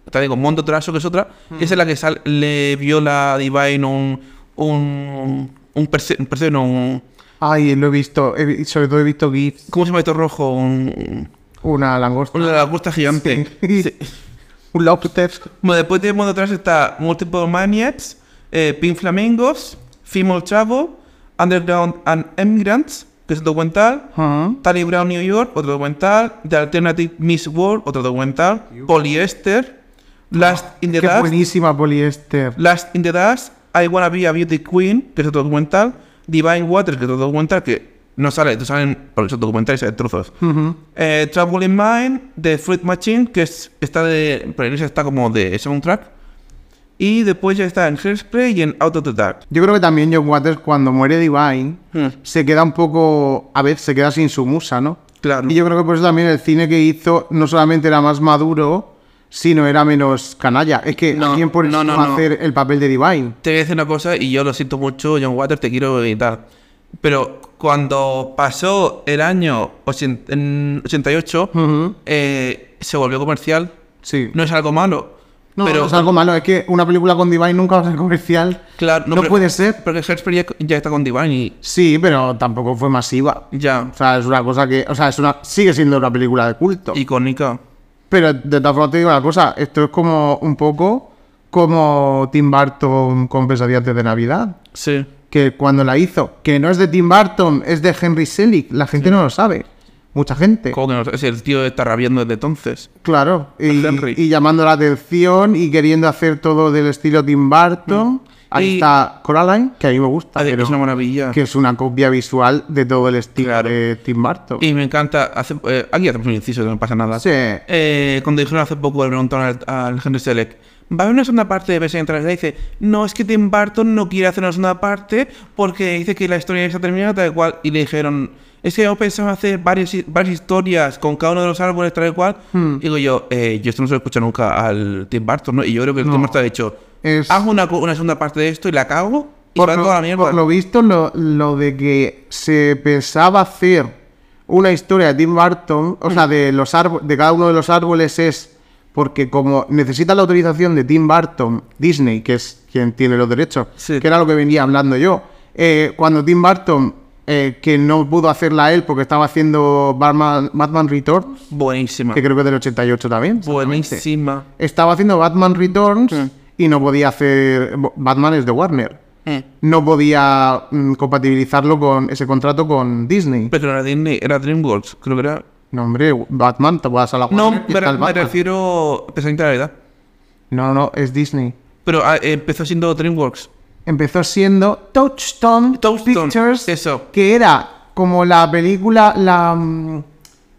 Speaker 2: Te digo, Mondo Traso, que es otra,
Speaker 3: Hmm.
Speaker 2: esa es la que sal- le viola a Divine un... un... un perse, un perse- no, un-
Speaker 3: Ay, lo he visto, he vi- sobre todo he visto GIFs,
Speaker 2: ¿Cómo se llama esto rojo? Un...
Speaker 3: una langosta,
Speaker 2: Una
Speaker 3: *laughs*
Speaker 2: langosta gigante.
Speaker 3: Sí. *laughs*
Speaker 2: Sí.
Speaker 3: un lobster.
Speaker 2: Bueno, después de Mondo Trash está Multiple Maniacs, eh, Pink Flamingos, Female Chavo, Underground and Emigrants, que es un documental,
Speaker 3: Ajá.
Speaker 2: Tally Brown New York, otro documental, The Alternative Miss World, otro documental, Polyester, Last in the
Speaker 3: Qué
Speaker 2: Dust,
Speaker 3: buenísima poliéster.
Speaker 2: Last in the Dust, I Wanna Be a Beauty Queen, que es otro documental, Divine Waters, que es otro documental que no sale, tú salen, porque son documentales, salen trozos.
Speaker 3: Ujú.
Speaker 2: Eh, Trouble in Mind, The Fruit Machine, que es, está de. Pero en ese está como de soundtrack. Y después ya está en Hairspray y en Out of the Dark.
Speaker 3: Yo creo que también John Waters cuando muere Divine
Speaker 2: Hmm.
Speaker 3: se queda un poco, a ver, se queda sin su musa, ¿no?
Speaker 2: Claro.
Speaker 3: Y yo creo que por eso también el cine que hizo no solamente era más maduro, sino era menos canalla. Es que
Speaker 2: No,
Speaker 3: alguien por
Speaker 2: no, no, no.
Speaker 3: hacer el papel de Divine.
Speaker 2: Te voy a decir una cosa y yo lo siento mucho, John Waters, te quiero evitar. Pero cuando pasó el año 80 en 88,
Speaker 3: Ujú.
Speaker 2: eh, se volvió comercial.
Speaker 3: Sí.
Speaker 2: No es algo malo.
Speaker 3: No,
Speaker 2: pero,
Speaker 3: es algo malo, es que una película con Divine nunca va a ser comercial.
Speaker 2: claro,
Speaker 3: no
Speaker 2: pero-
Speaker 3: puede ser.
Speaker 2: Porque Hairspray ya, ya está con Divine y
Speaker 3: Sí, pero tampoco fue masiva.
Speaker 2: ya.
Speaker 3: O sea, es una cosa que. O sea, es una, sigue siendo una película de culto.
Speaker 2: Icónica.
Speaker 3: Pero de todas formas te digo una cosa: esto es como un poco como Tim Burton con Pesadillas antes de Navidad.
Speaker 2: Sí.
Speaker 3: Que cuando la hizo, que no es de Tim Burton, es de Henry Selick. La gente no lo sabe. Mucha gente.
Speaker 2: Como que no sé si el tío está rabiando desde entonces.
Speaker 3: Claro.
Speaker 2: *laughs*
Speaker 3: Y,
Speaker 2: Henry.
Speaker 3: y llamando la atención y queriendo hacer todo del estilo Tim Burton. Ahí
Speaker 2: Mm. Y-
Speaker 3: está Coraline, Ah, que a mí me gusta.
Speaker 2: A ver,
Speaker 3: pero
Speaker 2: es una maravilla.
Speaker 3: que es una copia visual de todo el estilo
Speaker 2: Claro.
Speaker 3: de Tim Burton.
Speaker 2: Y me encanta. hace- eh, aquí hacemos un inciso, no pasa nada.
Speaker 3: Sí.
Speaker 2: Eh, cuando dijeron hace poco, le preguntaron al, al Henry Selleck: ¿Va a haber una segunda parte de Versión Entrar? Y dice: No, es que Tim Burton no quiere hacer una segunda parte porque dice que la historia ya está terminada, tal cual. Y le dijeron: Es que yo pensaba hacer varias, hi- varias historias con cada uno de los árboles, tal cual.
Speaker 3: Hmm.
Speaker 2: Digo yo: eh, Yo esto no se lo escucho nunca al Tim Burton, ¿no? Y yo creo que el Tim Burton ha dicho:
Speaker 3: Es-
Speaker 2: Hago una, co- una segunda parte de esto y la cago. Y pues
Speaker 3: Por
Speaker 2: va
Speaker 3: lo,
Speaker 2: toda la mierda.
Speaker 3: por lo visto, lo, lo de que se pensaba hacer una historia de Tim Burton, o sea,
Speaker 2: Mm.
Speaker 3: de, los árbo- de cada uno de los árboles es porque como necesita la autorización de Tim Burton, Disney, que es quien tiene los derechos,
Speaker 2: Sí.
Speaker 3: que era lo que venía hablando yo, eh, cuando Tim Burton, eh, que no pudo hacerla él porque estaba haciendo Batman, Batman Returns,
Speaker 2: Buenísima.
Speaker 3: que creo que es del 88 también,
Speaker 2: Buenísima.
Speaker 3: estaba haciendo Batman Returns
Speaker 2: Sí.
Speaker 3: y no podía hacer... Batman es de Warner
Speaker 2: Mm.
Speaker 3: no podía mm, compatibilizarlo con ese contrato con Disney.
Speaker 2: Pero no era Disney, era DreamWorks, creo que era.
Speaker 3: No, hombre, Batman, te vas a la
Speaker 2: No,
Speaker 3: Warner y
Speaker 2: me,
Speaker 3: está el
Speaker 2: me
Speaker 3: Batman.
Speaker 2: refiero a pensamiento de la realidad.
Speaker 3: No, no, es Disney.
Speaker 2: Pero ah, empezó siendo DreamWorks.
Speaker 3: Empezó siendo Touchstone,
Speaker 2: Touchstone,
Speaker 3: Pictures,
Speaker 2: eso.
Speaker 3: que era como la película, la mm,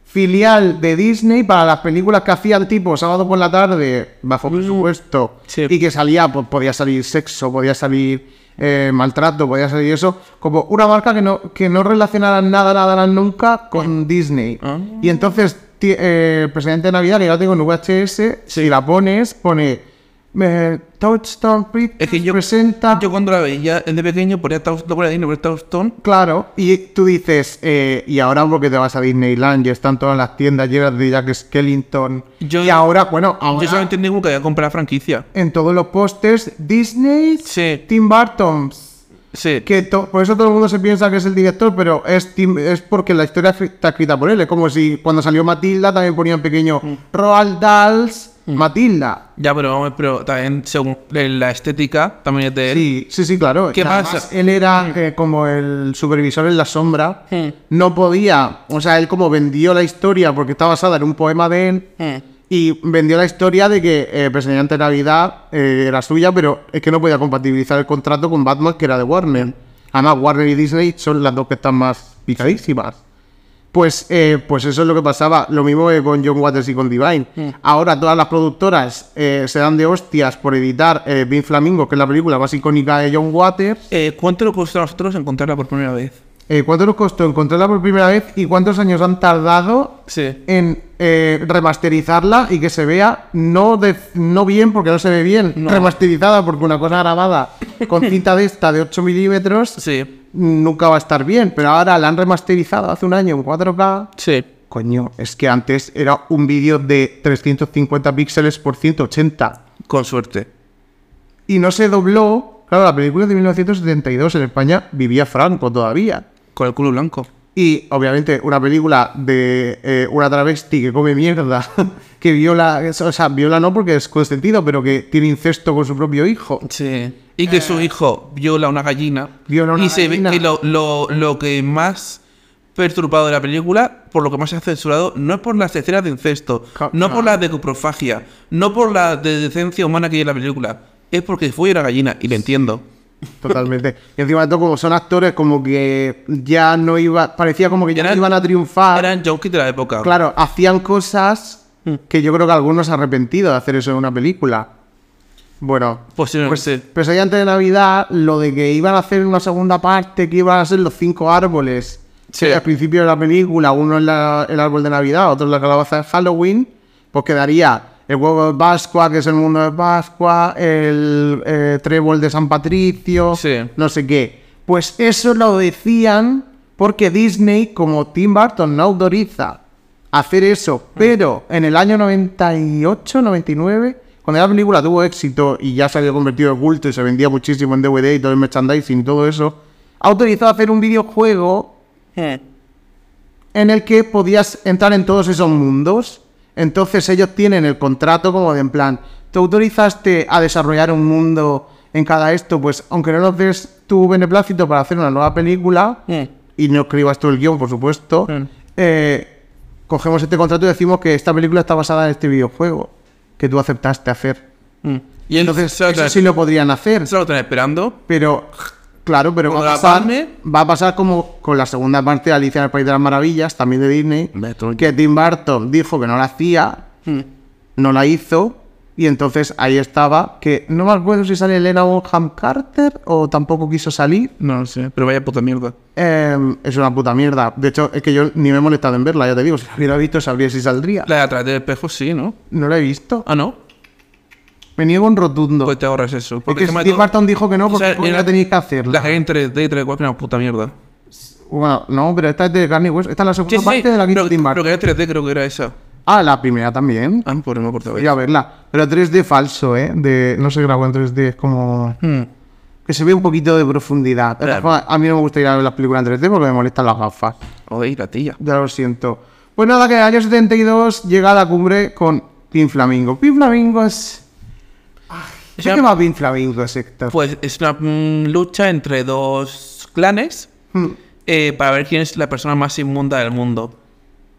Speaker 3: filial de Disney para las películas que hacían tipo sábado por la tarde, bajo presupuesto,
Speaker 2: Mm. sí.
Speaker 3: y que salía, pues podía salir sexo, podía salir eh, maltrato, podía salir eso, como una marca que no, que no relacionara nada, nada, nada nunca con Disney.
Speaker 2: Ah.
Speaker 3: Y entonces, ti- eh, el presidente de Navidad, que yo tengo en VHS, si la pones, pone eh, Touchstone Pictures
Speaker 2: Es que yo,
Speaker 3: presenta.
Speaker 2: yo cuando la veía de pequeño ponía Taust- lo ponía Disney, ponía Taustón.
Speaker 3: Claro, y tú dices, eh, y ahora porque te vas a Disneyland, ya están todas las tiendas llenas de Jack Skellington.
Speaker 2: Yo-
Speaker 3: y ahora, bueno, ahora
Speaker 2: Yo solo entendí como que había comprado la franquicia.
Speaker 3: en todos los pósters, Disney,
Speaker 2: Sí.
Speaker 3: Tim Burton.
Speaker 2: Sí.
Speaker 3: Que to- por eso todo el mundo se piensa que es el director, pero es, Tim- es porque la historia fri- está escrita por él. Es como si cuando salió Matilda también ponían pequeño
Speaker 2: Mm.
Speaker 3: Roald Dahls, Matilda.
Speaker 2: Ya, pero, vamos, pero también según la estética también es de él.
Speaker 3: Sí, sí, sí, claro.
Speaker 2: ¿Qué
Speaker 3: Y además,
Speaker 2: pasa?
Speaker 3: Él era eh, como el supervisor en la sombra. No podía, o sea, él como vendió la historia porque está basada en un poema de él. Y vendió la historia de que eh, Presidente de Navidad eh, era suya, pero es que no podía compatibilizar el contrato con Batman, que era de Warner. Además, Warner y Disney son las dos que están más picadísimas. Pues, eh, pues eso es lo que pasaba. Lo mismo que con John Waters y con Divine. Ahora todas las productoras eh, se dan de hostias por editar eh, Big Flamingo, que es la película más icónica de John Waters.
Speaker 2: Eh, ¿Cuánto nos costó a nosotros encontrarla por primera vez?
Speaker 3: Eh, ¿Cuánto nos costó encontrarla por primera vez y cuántos años han tardado
Speaker 2: Sí.
Speaker 3: en eh, remasterizarla y que se vea no, de- no bien, porque no se ve bien, remasterizada, porque una cosa grabada con cinta de esta de 8 milímetros
Speaker 2: Sí.
Speaker 3: nunca va a estar bien. Pero ahora la han remasterizado hace un año en 4K.
Speaker 2: Sí.
Speaker 3: Coño, es que antes era un vídeo de 350 píxeles por 180
Speaker 2: Con suerte.
Speaker 3: y no se dobló. Claro, la película es de 1972 en España vivía Franco todavía.
Speaker 2: Con el culo blanco.
Speaker 3: Y obviamente una película de eh, una travesti que come mierda, *laughs* que viola, o sea, viola no porque es consentido, pero que tiene incesto con su propio hijo. *laughs*
Speaker 2: Sí. Y que su hijo viola a una gallina.
Speaker 3: Eh. Viola a una
Speaker 2: y se ve-
Speaker 3: gallina.
Speaker 2: y lo, lo- lo que más perturbado de la película, por lo que más se ha censurado, no es por las escenas de incesto,
Speaker 3: Ca-
Speaker 2: no por
Speaker 3: ca-
Speaker 2: la de coprofagia, no por la de decencia humana que hay en la película. Es porque fue una gallina, y le entiendo.
Speaker 3: Totalmente. Y encima de todo, como son actores, como que ya no iba, parecía como que ya no
Speaker 2: Eran-
Speaker 3: iban a triunfar.
Speaker 2: Eran junkies de la época.
Speaker 3: Claro, hacían cosas que yo creo que algunos se han arrepentido de hacer eso en una película. Bueno,
Speaker 2: Posiblemente.
Speaker 3: pues, pues ahí antes de Navidad, lo de que iban a hacer una segunda parte, que iban a ser los cinco árboles.
Speaker 2: Sí.
Speaker 3: que Al principio de la película, uno es la- el árbol de Navidad, otro es la calabaza de Halloween, pues quedaría el huevo de Pascua, que es el mundo de Pascua, el eh, trébol de San Patricio,
Speaker 2: Sí.
Speaker 3: no sé qué. Pues eso lo decían porque Disney, como Tim Burton, no autoriza hacer eso. Pero en el año 98, 99, cuando la película tuvo éxito y ya se había convertido en culto y se vendía muchísimo en DVD y todo el merchandising y todo eso, autorizó hacer un videojuego en el que podías entrar en todos esos mundos. Entonces ellos tienen el contrato como de en plan, te autorizaste a desarrollar un mundo en cada esto, pues aunque no nos des tu beneplácito para hacer una nueva película, y no escribas tú el guión, por supuesto,
Speaker 2: Claro.
Speaker 3: eh, cogemos este contrato y decimos que esta película está basada en este videojuego que tú aceptaste hacer.
Speaker 2: Y entonces, se lo
Speaker 3: Eso
Speaker 2: traen-
Speaker 3: sí lo podrían hacer.
Speaker 2: se lo están esperando.
Speaker 3: Pero, claro, pero
Speaker 2: Cuando
Speaker 3: va a,
Speaker 2: la
Speaker 3: pasar,
Speaker 2: palme-
Speaker 3: va a pasar como con la segunda parte de Alicia en el País de las Maravillas, también de Disney,
Speaker 2: Me estoy-
Speaker 3: que Tim Burton dijo que no la hacía,
Speaker 2: Hmm.
Speaker 3: no la hizo, y entonces ahí estaba, que no me acuerdo si sale Elena Bonham Carter o tampoco quiso salir.
Speaker 2: No lo sé, pero vaya puta mierda.
Speaker 3: Eh, es una puta mierda. De hecho, es que yo ni me he molestado en verla, ya te digo, si la hubiera visto sabría si saldría.
Speaker 2: La de atrás del espejo sí, ¿no?
Speaker 3: No la he visto.
Speaker 2: Ah, no.
Speaker 3: Me niego en rotundo.
Speaker 2: Pues te ahorras eso. Porque
Speaker 3: es que
Speaker 2: encima de
Speaker 3: Steve
Speaker 2: todo,
Speaker 3: Burton dijo que no
Speaker 2: o
Speaker 3: porque
Speaker 2: sea,
Speaker 3: porque
Speaker 2: era-
Speaker 3: no tenéis que hacerla.
Speaker 2: La en 3D y 3D4 era una puta mierda.
Speaker 3: Bueno, no, pero esta es de carne y hueso. Esta es la segunda
Speaker 2: Sí, sí, sí,
Speaker 3: parte de la quinta
Speaker 2: pero,
Speaker 3: Tim
Speaker 2: pero
Speaker 3: Burton.
Speaker 2: que era 3D creo que era esa.
Speaker 3: Ah, la primera también.
Speaker 2: Ah, por no me acordaba.
Speaker 3: Voy a verla. Pero 3D falso, ¿eh? De, no se grabó en 3D, es como...
Speaker 2: Hmm.
Speaker 3: Que se ve un poquito de profundidad. De todas
Speaker 2: Claro.
Speaker 3: formas, A mí no me gusta ir a ver las películas en 3D porque me molestan las gafas.
Speaker 2: Joder, la tía.
Speaker 3: Ya lo siento. Pues nada, que en el año 72 llega a la cumbre con Pin Flamingo. Pin Flamingo es...
Speaker 2: O
Speaker 3: ¿Qué
Speaker 2: sea,
Speaker 3: más Pin Flamingo es Héctor?
Speaker 2: pues es una mm, lucha entre dos clanes
Speaker 3: Hmm.
Speaker 2: eh, para ver quién es la persona más inmunda del mundo.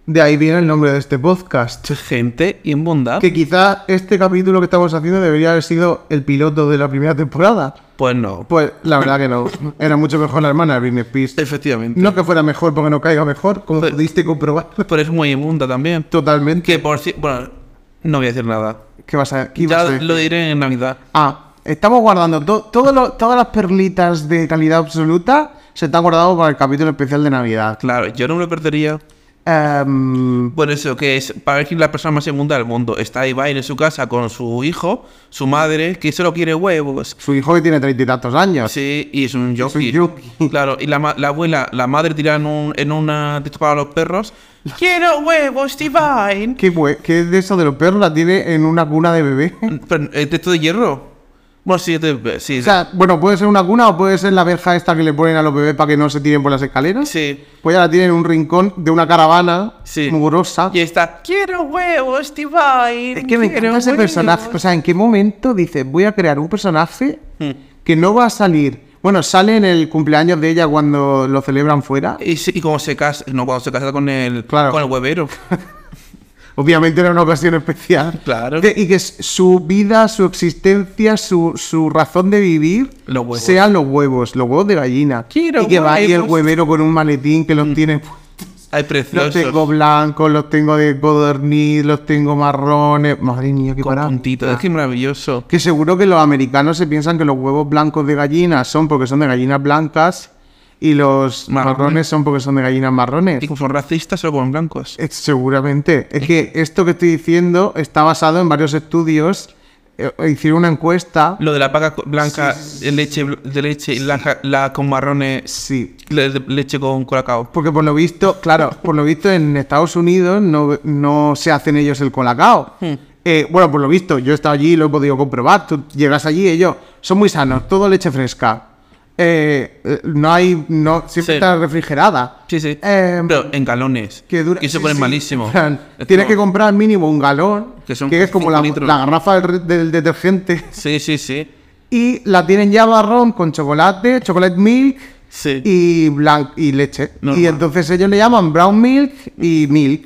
Speaker 3: De ahí viene el nombre de este podcast.
Speaker 2: Gente inmunda.
Speaker 3: Que quizá este capítulo que estamos haciendo debería haber sido el piloto de la primera temporada.
Speaker 2: Pues no.
Speaker 3: Pues la verdad que no. Era mucho mejor la hermana de Britney Spears.
Speaker 2: Efectivamente.
Speaker 3: No que fuera mejor porque no caiga mejor, como
Speaker 2: Pero-
Speaker 3: pudiste comprobar.
Speaker 2: Pero es muy inmunda también.
Speaker 3: Totalmente.
Speaker 2: Que por si. Bueno, no voy a decir nada.
Speaker 3: ¿Qué vas a,
Speaker 2: Ya
Speaker 3: qué ibas a decir?
Speaker 2: lo diré en Navidad.
Speaker 3: Ah, estamos guardando to- todo lo- todas las perlitas de calidad absoluta. Se están guardando para el capítulo especial de Navidad.
Speaker 2: Claro, yo no me lo perdería.
Speaker 3: Em,
Speaker 2: Por eso, que es para ver quién es la persona más inmunda del mundo. Está Ibai en su casa con su hijo, su madre, que solo quiere huevos.
Speaker 3: su hijo que tiene treinta y tantos años.
Speaker 2: Sí, y es un
Speaker 3: Ah. un
Speaker 2: yoki.
Speaker 3: *laughs* yonki.
Speaker 2: Claro, y la, ma- la abuela, la madre tira en, un, en una de estos para los perros. ¡Quiero huevos, Divine!
Speaker 3: ¿Qué, bue- qué de eso de los perros la tiene en una cuna de bebé?
Speaker 2: Pero, ¿eh, ¿De esto de hierro? Bueno, sí, de- sí,
Speaker 3: O sea, bueno, puede ser una cuna o puede ser la verja esta que le ponen a los bebés para que no se tiren por las escaleras.
Speaker 2: sí.
Speaker 3: Pues ya la tienen en un rincón de una caravana
Speaker 2: Sí.
Speaker 3: mugrosa.
Speaker 2: Y está, ¡Quiero huevos, Divine!
Speaker 3: Es que me
Speaker 2: quiero
Speaker 3: encanta ese
Speaker 2: huevos".
Speaker 3: personaje. O sea, ¿en qué momento dices, voy a crear un personaje
Speaker 2: Hmm.
Speaker 3: que no va a salir? Bueno, sale en el cumpleaños de ella cuando lo celebran fuera.
Speaker 2: Y, sí, y como se casa, no, cuando se casa con el,
Speaker 3: Claro.
Speaker 2: con el
Speaker 3: *laughs*
Speaker 2: huevero.
Speaker 3: Obviamente era una ocasión especial.
Speaker 2: Claro.
Speaker 3: Que- y que s- su vida, su existencia, su, su razón de vivir
Speaker 2: Los huevos.
Speaker 3: sean los huevos, los huevos de gallina.
Speaker 2: Quiero
Speaker 3: y que va ahí el
Speaker 2: huevos.
Speaker 3: huevero con un maletín que los tiene.
Speaker 2: Ay,
Speaker 3: Los tengo
Speaker 2: precioso.
Speaker 3: blancos, los tengo de codorniz, los tengo marrones. Madre mía, qué
Speaker 2: Con
Speaker 3: parada.
Speaker 2: puntitos. Es que maravilloso.
Speaker 3: Que seguro que los americanos se piensan que los huevos blancos de gallinas son porque son de gallinas blancas y los
Speaker 2: Marrones.
Speaker 3: marrones son porque son de gallinas marrones.
Speaker 2: Y como son racistas, solo comen blancos.
Speaker 3: Es- seguramente. Es que esto que estoy diciendo está basado en varios estudios. Eh, hicieron una encuesta.
Speaker 2: Lo de la paca co- blanca, de leche, bl- de leche y blanca, la con marrones,
Speaker 3: Sí.
Speaker 2: la de leche con colacao.
Speaker 3: Porque por lo visto, claro, por lo visto en Estados Unidos no, no se hacen ellos el colacao.
Speaker 2: Hmm.
Speaker 3: Eh, bueno, por lo visto, yo he estado allí y lo he podido comprobar. Tú llegas allí y ellos son muy sanos, todo leche fresca. Eh, eh, no hay. No, siempre
Speaker 2: Sí.
Speaker 3: está refrigerada.
Speaker 2: Sí, sí.
Speaker 3: Eh,
Speaker 2: Pero en galones.
Speaker 3: que dura.
Speaker 2: Y se
Speaker 3: sí,
Speaker 2: ponen
Speaker 3: sí.
Speaker 2: malísimo.
Speaker 3: *laughs* En plan,
Speaker 2: Es
Speaker 3: Tienes que
Speaker 2: como-
Speaker 3: comprar mínimo un galón, que,
Speaker 2: Que son
Speaker 3: es como
Speaker 2: cinco
Speaker 3: la,
Speaker 2: litros.
Speaker 3: la garrafa del, re- del detergente.
Speaker 2: Sí, sí, sí.
Speaker 3: Y la tienen ya marrón con chocolate, chocolate milk
Speaker 2: Sí.
Speaker 3: y, blan- y leche.
Speaker 2: Normal.
Speaker 3: Y entonces ellos le llaman brown milk y milk.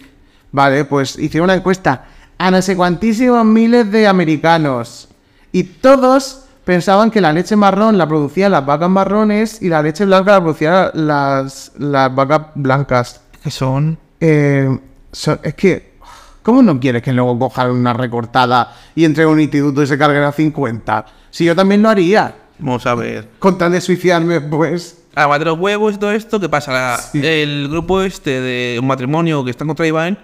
Speaker 3: Vale, pues hicieron una encuesta a no sé cuantísimos miles de americanos. Y todos pensaban que la leche marrón la producían las vacas marrones y la leche blanca la producían las, las vacas blancas.
Speaker 2: Que son.
Speaker 3: Eh, so- es que, ¿cómo no quieres que luego cojan una recortada y entreguen a un instituto y se carguen a 50? Si yo también lo haría.
Speaker 2: Vamos a ver.
Speaker 3: Con tal de suicidarme, pues.
Speaker 2: Además de los huevos y todo esto, ¿qué pasa? La-
Speaker 3: Sí.
Speaker 2: El grupo este de un matrimonio que está contra Iván,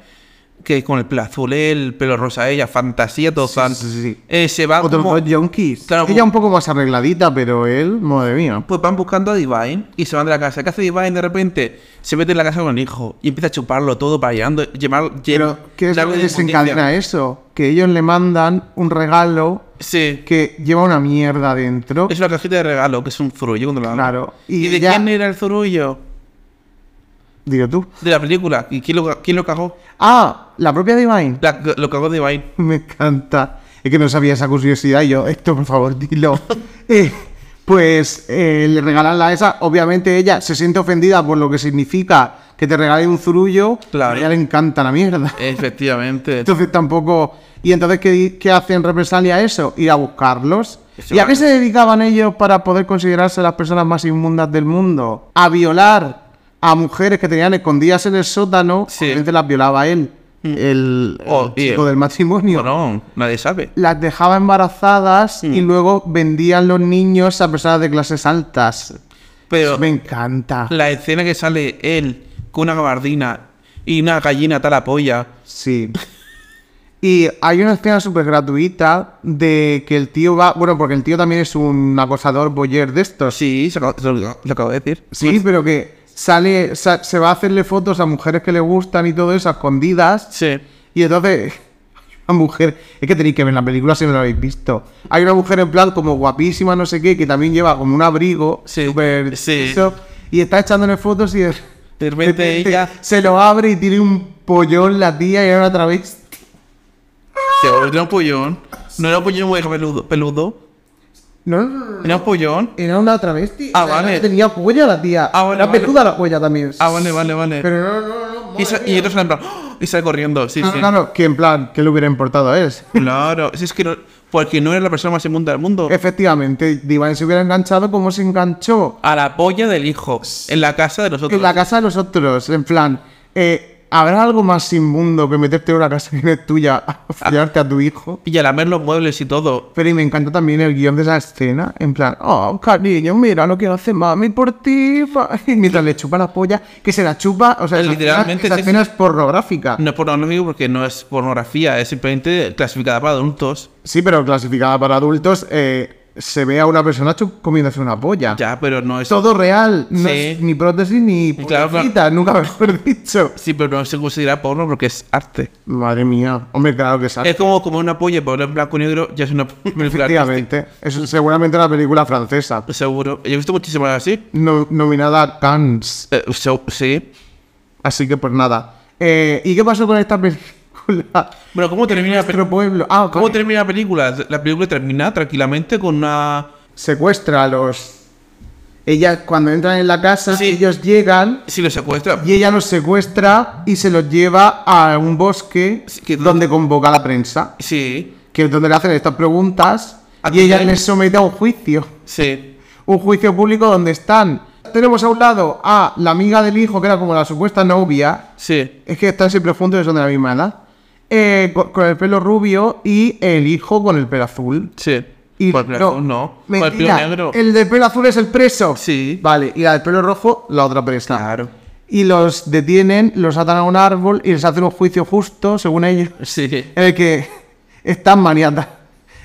Speaker 2: que con el pelo azul, él, el pelo rosa, ella, fantasía, todo fan.
Speaker 3: sí, sí, sí.
Speaker 2: Eh, se va
Speaker 3: Otros
Speaker 2: como-
Speaker 3: dos yonkis.
Speaker 2: Claro,
Speaker 3: Ella
Speaker 2: como-
Speaker 3: un poco más arregladita, pero él, madre mía.
Speaker 2: Pues van buscando a Divine y se van de la casa. ¿Qué hace Divine? De repente se mete en la casa con el hijo y empieza a chuparlo todo para llevando. Llevar,
Speaker 3: Pero, ¿qué es lo que desencadena eso? Que ellos le mandan un regalo
Speaker 2: Sí.
Speaker 3: que lleva una mierda dentro.
Speaker 2: Es una cajita de regalo que es un zurullo controlado.
Speaker 3: Claro,
Speaker 2: ¿Y,
Speaker 3: y
Speaker 2: de
Speaker 3: ya-
Speaker 2: quién era el zurullo?
Speaker 3: Digo tú.
Speaker 2: De la película. ¿Y quién lo, quién lo cagó?
Speaker 3: Ah, la propia Divine.
Speaker 2: La- lo cagó Divine.
Speaker 3: *laughs* Me encanta. Es que no sabía esa curiosidad y yo, esto por
Speaker 2: *laughs*
Speaker 3: favor, dilo. Eh, pues eh, le regalan la esa. Obviamente ella se siente ofendida por lo que significa que te regalen un zurullo.
Speaker 2: Claro. Eh.
Speaker 3: A ella le encanta
Speaker 2: *laughs*
Speaker 3: la mierda.
Speaker 2: Efectivamente.
Speaker 3: Entonces tampoco. ¿Y entonces qué, qué hacen represalia a eso? Ir a buscarlos.
Speaker 2: Eso
Speaker 3: ¿Y a
Speaker 2: va.
Speaker 3: qué se dedicaban ellos para poder considerarse las personas más inmundas del mundo? A violar a mujeres que tenían escondidas en el sótano.
Speaker 2: Sí. Mm.
Speaker 3: Obviamente las violaba él, el, el
Speaker 2: Oh, y-
Speaker 3: chico del matrimonio.
Speaker 2: no, nadie sabe.
Speaker 3: Las dejaba embarazadas
Speaker 2: Mm.
Speaker 3: y luego vendían los niños a personas de clases altas.
Speaker 2: Pero
Speaker 3: Me encanta.
Speaker 2: la escena que sale él con una gabardina y una gallina tal apoya.
Speaker 3: Sí. Y hay una escena súper gratuita de que el tío va. Bueno, porque el tío también es un acosador boyer de estos.
Speaker 2: Sí, se acaba- se lo, lo acabo de decir.
Speaker 3: Sí, pero que sale. sa- se va a hacerle fotos a mujeres que le gustan y todo eso, a escondidas.
Speaker 2: Sí.
Speaker 3: Y entonces. Una mujer. Es que tenéis que ver la película si no la habéis visto. Hay una mujer en plan como guapísima, no sé qué, que también lleva como un abrigo.
Speaker 2: Sí,
Speaker 3: súper
Speaker 2: sí.
Speaker 3: eso, Y está echándole fotos y de
Speaker 2: De repente ella
Speaker 3: se lo abre y tiene un pollón la tía y ahora otra vez.
Speaker 2: Se volvió un pollón. No era un pollón muy peludo. peludo.
Speaker 3: No, no, no, no.
Speaker 2: Era un pollón.
Speaker 3: Era una travesti.
Speaker 2: Ah,
Speaker 3: O sea,
Speaker 2: vale.
Speaker 3: Tenía huella la tía.
Speaker 2: Ah, vale,
Speaker 3: Era
Speaker 2: vale.
Speaker 3: peluda la huella también.
Speaker 2: Ah, vale, vale, vale.
Speaker 3: Pero no, no, no,
Speaker 2: Y, sa- y otros en plan, ¡oh! *gasps* y sale corriendo. Sí,
Speaker 3: Claro,
Speaker 2: sí.
Speaker 3: claro, que en plan, ¿qué le hubiera importado a él?
Speaker 2: Claro, si es que no, porque no eres la persona más inmunda del mundo.
Speaker 3: Efectivamente, Divine se hubiera enganchado como se enganchó
Speaker 2: A la polla del hijo, en la casa de nosotros.
Speaker 3: en la casa de los otros. En plan, eh, ¿habrá algo más inmundo que meterte en una casa que no es tuya a follarte a tu hijo?
Speaker 2: Y a lamer los muebles y todo.
Speaker 3: Pero y me encanta también el guión de esa escena. En plan, oh, cariño, mira lo que hace mami por ti. pa-". *laughs* Y mientras le chupa la polla, que se la chupa. O sea, esa escena-
Speaker 2: Literalmente,
Speaker 3: Esa
Speaker 2: sí,
Speaker 3: escena es pornográfica.
Speaker 2: No es pornográfico porque no es pornografía, es simplemente clasificada para adultos.
Speaker 3: Sí, pero clasificada para adultos, eh, se ve a una persona chup- comiéndose una polla.
Speaker 2: Ya, pero no es.
Speaker 3: Ah. Todo real, no
Speaker 2: Sí.
Speaker 3: es ni prótesis ni
Speaker 2: claro, claro.
Speaker 3: pollita, nunca mejor *laughs* dicho.
Speaker 2: Sí, pero no se considera porno porque es arte.
Speaker 3: Madre mía, hombre, claro que sabe.
Speaker 2: Es como como una polla, pero en blanco y negro ya es una *laughs* película artística,
Speaker 3: Efectivamente, es seguramente una película francesa,
Speaker 2: Seguro. Yo he visto muchísimas así.
Speaker 3: no- nominada a Cannes,
Speaker 2: Eh, so- sí.
Speaker 3: así que pues nada. Eh, ¿Y qué pasó con esta película?
Speaker 2: Bueno, ¿cómo termina la película?
Speaker 3: Nuestro pueblo. Ah,
Speaker 2: ¿Cómo
Speaker 3: coño,
Speaker 2: termina la película? La película termina tranquilamente con una.
Speaker 3: secuestra a los. Ella, cuando entran en la casa,
Speaker 2: Sí.
Speaker 3: ellos llegan
Speaker 2: Si lo secuestra.
Speaker 3: Y ella los secuestra y se los lleva a un bosque
Speaker 2: Sí, que-
Speaker 3: donde convoca a la prensa,
Speaker 2: Sí,
Speaker 3: que es donde le hacen estas preguntas
Speaker 2: ¿A
Speaker 3: y ella
Speaker 2: quién?
Speaker 3: les somete a un juicio.
Speaker 2: sí.
Speaker 3: Un juicio público donde están. Tenemos a un lado a la amiga del hijo, que era como la supuesta novia.
Speaker 2: Sí.
Speaker 3: Es que están siempre juntos y son de la misma edad. eh, co- con, el pelo rubio y el hijo con el pelo azul.
Speaker 2: Sí.
Speaker 3: Y
Speaker 2: Con el pelo azul, no. Con el pelo
Speaker 3: mentira,
Speaker 2: negro.
Speaker 3: El de pelo azul es el preso.
Speaker 2: Sí.
Speaker 3: Vale, y la del pelo rojo, la otra presa.
Speaker 2: Claro.
Speaker 3: Y los detienen, los atan a un árbol y les hacen un juicio justo, según ellos,
Speaker 2: Sí.
Speaker 3: en el que están maniatados,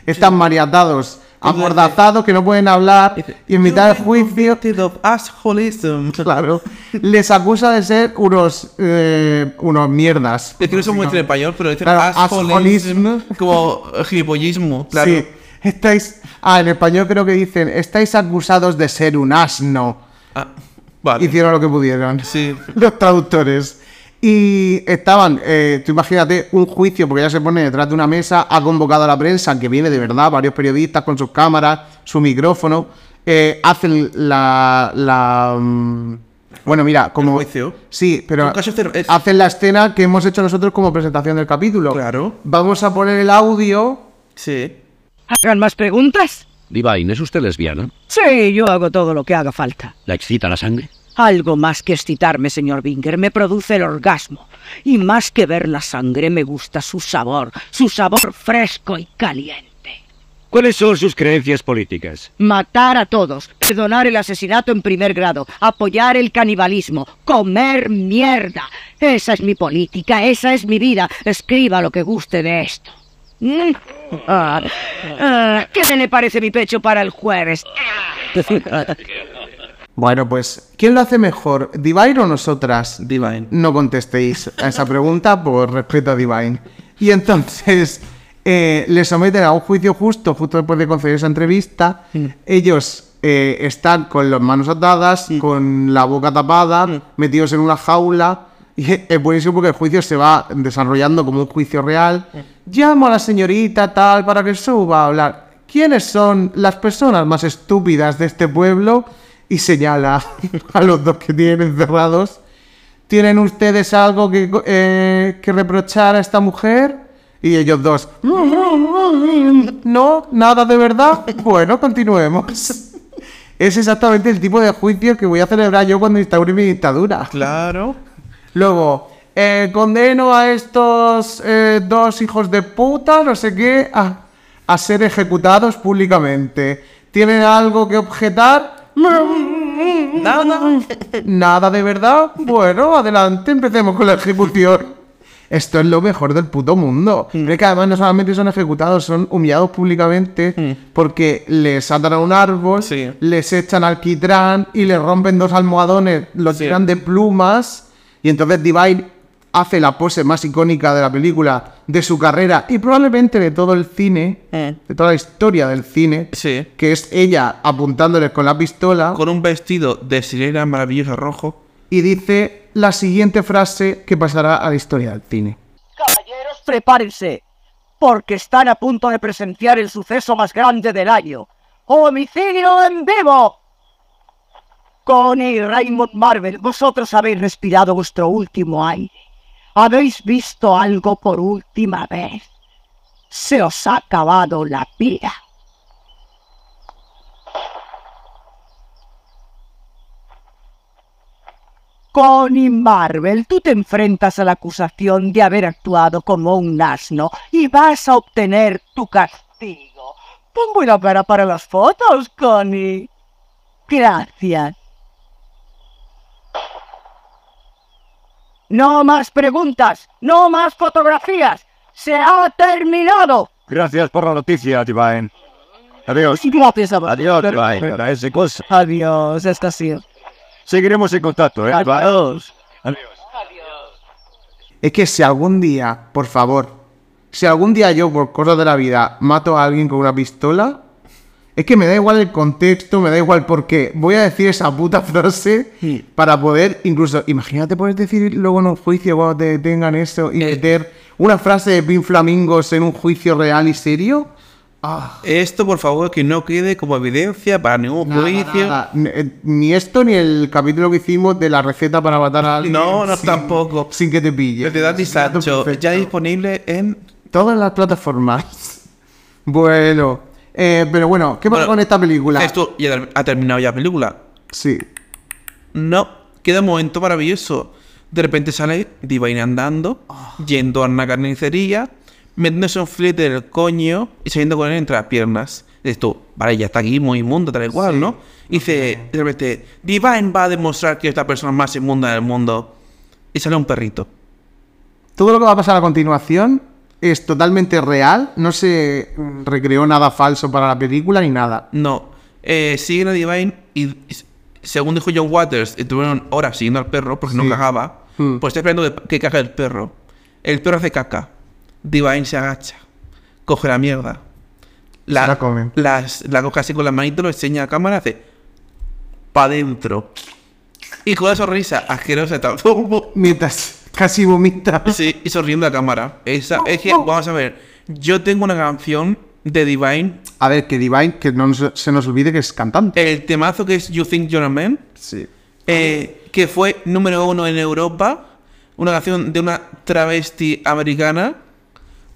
Speaker 3: están maniatados,
Speaker 2: este
Speaker 3: amordazados, que no pueden hablar y en mitad del juicio,
Speaker 2: Convicted of assholism.
Speaker 3: *laughs*
Speaker 2: *laughs*
Speaker 3: claro, les acusa de ser unos, eh, unos mierdas.
Speaker 2: Es que no son muy en español, pero dicen
Speaker 3: Claro,
Speaker 2: assholism.
Speaker 3: assholism.
Speaker 2: Como eh, gilipollismo, claro.
Speaker 3: Sí, estáis, ah, en español creo que dicen, estáis acusados de ser un asno.
Speaker 2: Ah, vale.
Speaker 3: Hicieron lo que pudieron.
Speaker 2: Sí.
Speaker 3: los traductores. Y estaban, eh, tú imagínate, un juicio, porque ya se pone detrás de una mesa, ha convocado a la prensa, que viene de verdad, varios periodistas con sus cámaras, su micrófono, eh, hacen la, la... mm, Bueno, mira, como...
Speaker 2: juicio.
Speaker 3: Sí, pero
Speaker 2: Un caso cero, es-
Speaker 3: hacen la escena que hemos hecho nosotros como presentación del capítulo.
Speaker 2: Claro.
Speaker 3: Vamos a poner el audio.
Speaker 2: Sí.
Speaker 4: ¿Hagan más preguntas?
Speaker 5: Divine, ¿es usted lesbiana?
Speaker 4: Sí, yo hago todo lo que haga falta.
Speaker 5: ¿La excita la sangre?
Speaker 4: Algo más que excitarme, señor Binger, me produce el orgasmo. Y más que ver la sangre, me gusta su sabor, su sabor fresco y caliente.
Speaker 5: ¿Cuáles son sus creencias políticas?
Speaker 4: Matar a todos, perdonar el asesinato en primer grado, apoyar el canibalismo, comer mierda. Esa es mi política, esa es mi vida. Escriba lo que guste de esto. Mm. Ah, ah, ¿Qué le parece mi pecho para el jueves?
Speaker 3: Bueno, pues, ¿quién lo hace mejor, Divine o nosotras?
Speaker 2: Divine.
Speaker 3: no contestéis a esa pregunta por respeto a Divine. Y entonces eh, le someten a un juicio justo, justo después de conceder esa entrevista. Ellos eh, están con las manos atadas, con la boca tapada, metidos en una jaula. Y es es buenísimo porque el juicio se va desarrollando como un juicio real. Llamo a la señorita tal para que suba a hablar. ¿Quiénes son las personas más estúpidas de este pueblo? Y señala *laughs* a los dos que tienen encerrados. ¿Tienen ustedes algo que, eh, que reprochar a esta mujer? Y ellos dos. "Mm, No, nada de verdad. Bueno, continuemos. *laughs* Es exactamente el tipo de juicio que voy a celebrar yo cuando instaure mi dictadura.
Speaker 2: Claro.
Speaker 3: Luego, eh, condeno a estos eh, dos hijos de puta, no sé qué, a, a ser ejecutados públicamente. ¿Tienen algo que objetar?
Speaker 2: Nada.
Speaker 3: Nada de verdad. Bueno, adelante, empecemos con la ejecución. Esto es lo mejor del puto
Speaker 2: Mm.
Speaker 3: mundo. Pero es que además no solamente son ejecutados, son humillados públicamente porque les atan a un árbol,
Speaker 2: Mm. Sí.
Speaker 3: les echan alquitrán y les rompen dos almohadones, los
Speaker 2: Sí.
Speaker 3: tiran de plumas. Y entonces Divine hace la pose más icónica de la película, de su carrera y probablemente de todo el cine, de toda la historia del cine,
Speaker 2: Sí.
Speaker 3: que es ella apuntándoles con la pistola
Speaker 2: Con un vestido de sirena maravilloso rojo.
Speaker 3: y dice la siguiente frase que pasará a la historia del cine.
Speaker 4: Caballeros, prepárense, porque están a punto de presenciar el suceso más grande del año. ¡Homicidio en vivo! Connie y Raymond Marvel, vosotros habéis respirado vuestro último aire. Habéis visto algo por última vez. Se os ha acabado la vida. Connie Marvel, tú te enfrentas a la acusación de haber actuado como un asno y vas a obtener tu castigo. Pongo la cara para las fotos, Connie. Gracias. No más preguntas, no más fotografías. Se ha terminado.
Speaker 6: Gracias por la noticia, Tibaen. Adiós.
Speaker 4: Gracias a vos.
Speaker 6: Adiós, Tibaen. A ese cosa.
Speaker 4: Adiós, esta ha sido.
Speaker 6: Seguiremos en contacto, ¿eh? Adiós.
Speaker 3: Es que si algún día, por favor, si algún día yo, por cosas de la vida, mato a alguien con una pistola, es que me da igual el contexto, me da igual por qué. Voy a decir esa puta frase para poder, incluso, imagínate poder decir luego en un juicio cuando te detengan eso
Speaker 2: Eh.
Speaker 3: y meter una frase de Pin Flamingos en un juicio real y serio. Ah,
Speaker 2: Esto, por favor, que no quede como evidencia para ningún
Speaker 3: nada,
Speaker 2: juicio.
Speaker 3: nada. N- eh, Ni esto ni el capítulo que hicimos de la receta para matar a alguien.
Speaker 2: No, no, tampoco.
Speaker 3: Sin que te pille.
Speaker 2: Propiedad de
Speaker 3: Asesinato
Speaker 2: Sancho, ya
Speaker 3: perfecto
Speaker 2: disponible en.
Speaker 3: todas las plataformas. *laughs* Bueno, eh, pero bueno, ¿qué pasa
Speaker 2: Bueno,
Speaker 3: con esta película?
Speaker 2: Esto ya ter- ha terminado ya la película.
Speaker 3: Sí.
Speaker 2: No, queda un momento maravilloso. De repente sale Divine andando, yendo a una carnicería, metiéndose un filete del coño y saliendo con él entre las piernas. Dices tú, vale, ya está aquí muy inmundo, tal y cual, ¿no? Y dice, de repente, Divine va a demostrar que es la persona más inmunda del mundo. Y sale un perrito.
Speaker 3: Todo lo que va a pasar a continuación es totalmente real. No se mm, recreó nada falso para la película ni
Speaker 2: *laughs*
Speaker 3: nada.
Speaker 2: No, eh, siguen a Divine y, y s- según dijo John Waters, estuvieron horas siguiendo al perro porque no
Speaker 3: Sí.
Speaker 2: cagaba.
Speaker 3: Mm.
Speaker 2: Pues está esperando que, que cague el perro. El perro hace caca. Divine se agacha, coge la mierda.
Speaker 3: Se la come.
Speaker 2: las- la coge así con la manito, lo enseña a la cámara, hace. Pa' dentro. Y con la sonrisa asquerosa, tal. *laughs*
Speaker 3: Mientras casi vomita.
Speaker 2: Sí, y sonriendo a la cámara. Esa, es que, vamos a ver. Yo tengo una canción de Divine.
Speaker 3: A ver, que Divine, que no nos- se nos olvide que es cantante.
Speaker 2: El temazo que es You Think You're a Man.
Speaker 3: Sí.
Speaker 2: eh, que fue número uno en Europa, una canción de una travesti americana.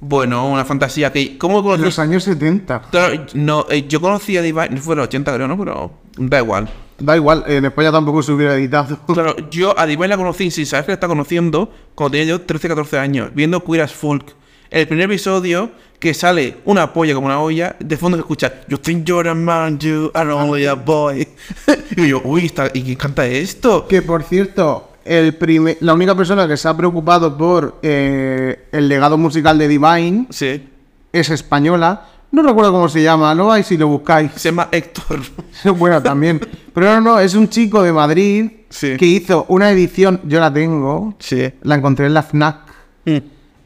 Speaker 2: Bueno, una fantasía que... ¿Cómo
Speaker 3: En los
Speaker 2: conocí?
Speaker 3: años 70.
Speaker 2: Claro, no, eh, yo conocí a Divine, fue en los 80 creo, ¿no? Pero da igual.
Speaker 3: Da igual, en España tampoco se hubiera editado.
Speaker 2: Claro, yo a Divine la conocí sin saber que la está conociendo cuando tenía yo 13, 14 años, viendo Queer as Folk. El primer episodio que sale una polla como una olla, de fondo se escucha You think you're a man, you are only a boy. *laughs* y yo, uy, está- ¿y quién canta esto?
Speaker 3: Que por cierto, el prime- la única persona que se ha preocupado por eh, el legado musical de Divine
Speaker 2: Sí,
Speaker 3: es española. No recuerdo cómo se llama, no vais si lo buscáis. *laughs*
Speaker 2: se llama Héctor.
Speaker 3: bueno, también. Pero no, no, es un chico de Madrid
Speaker 2: Sí.
Speaker 3: que hizo una edición, yo la tengo,
Speaker 2: Sí.
Speaker 3: la encontré en la FNAC,
Speaker 2: Mm,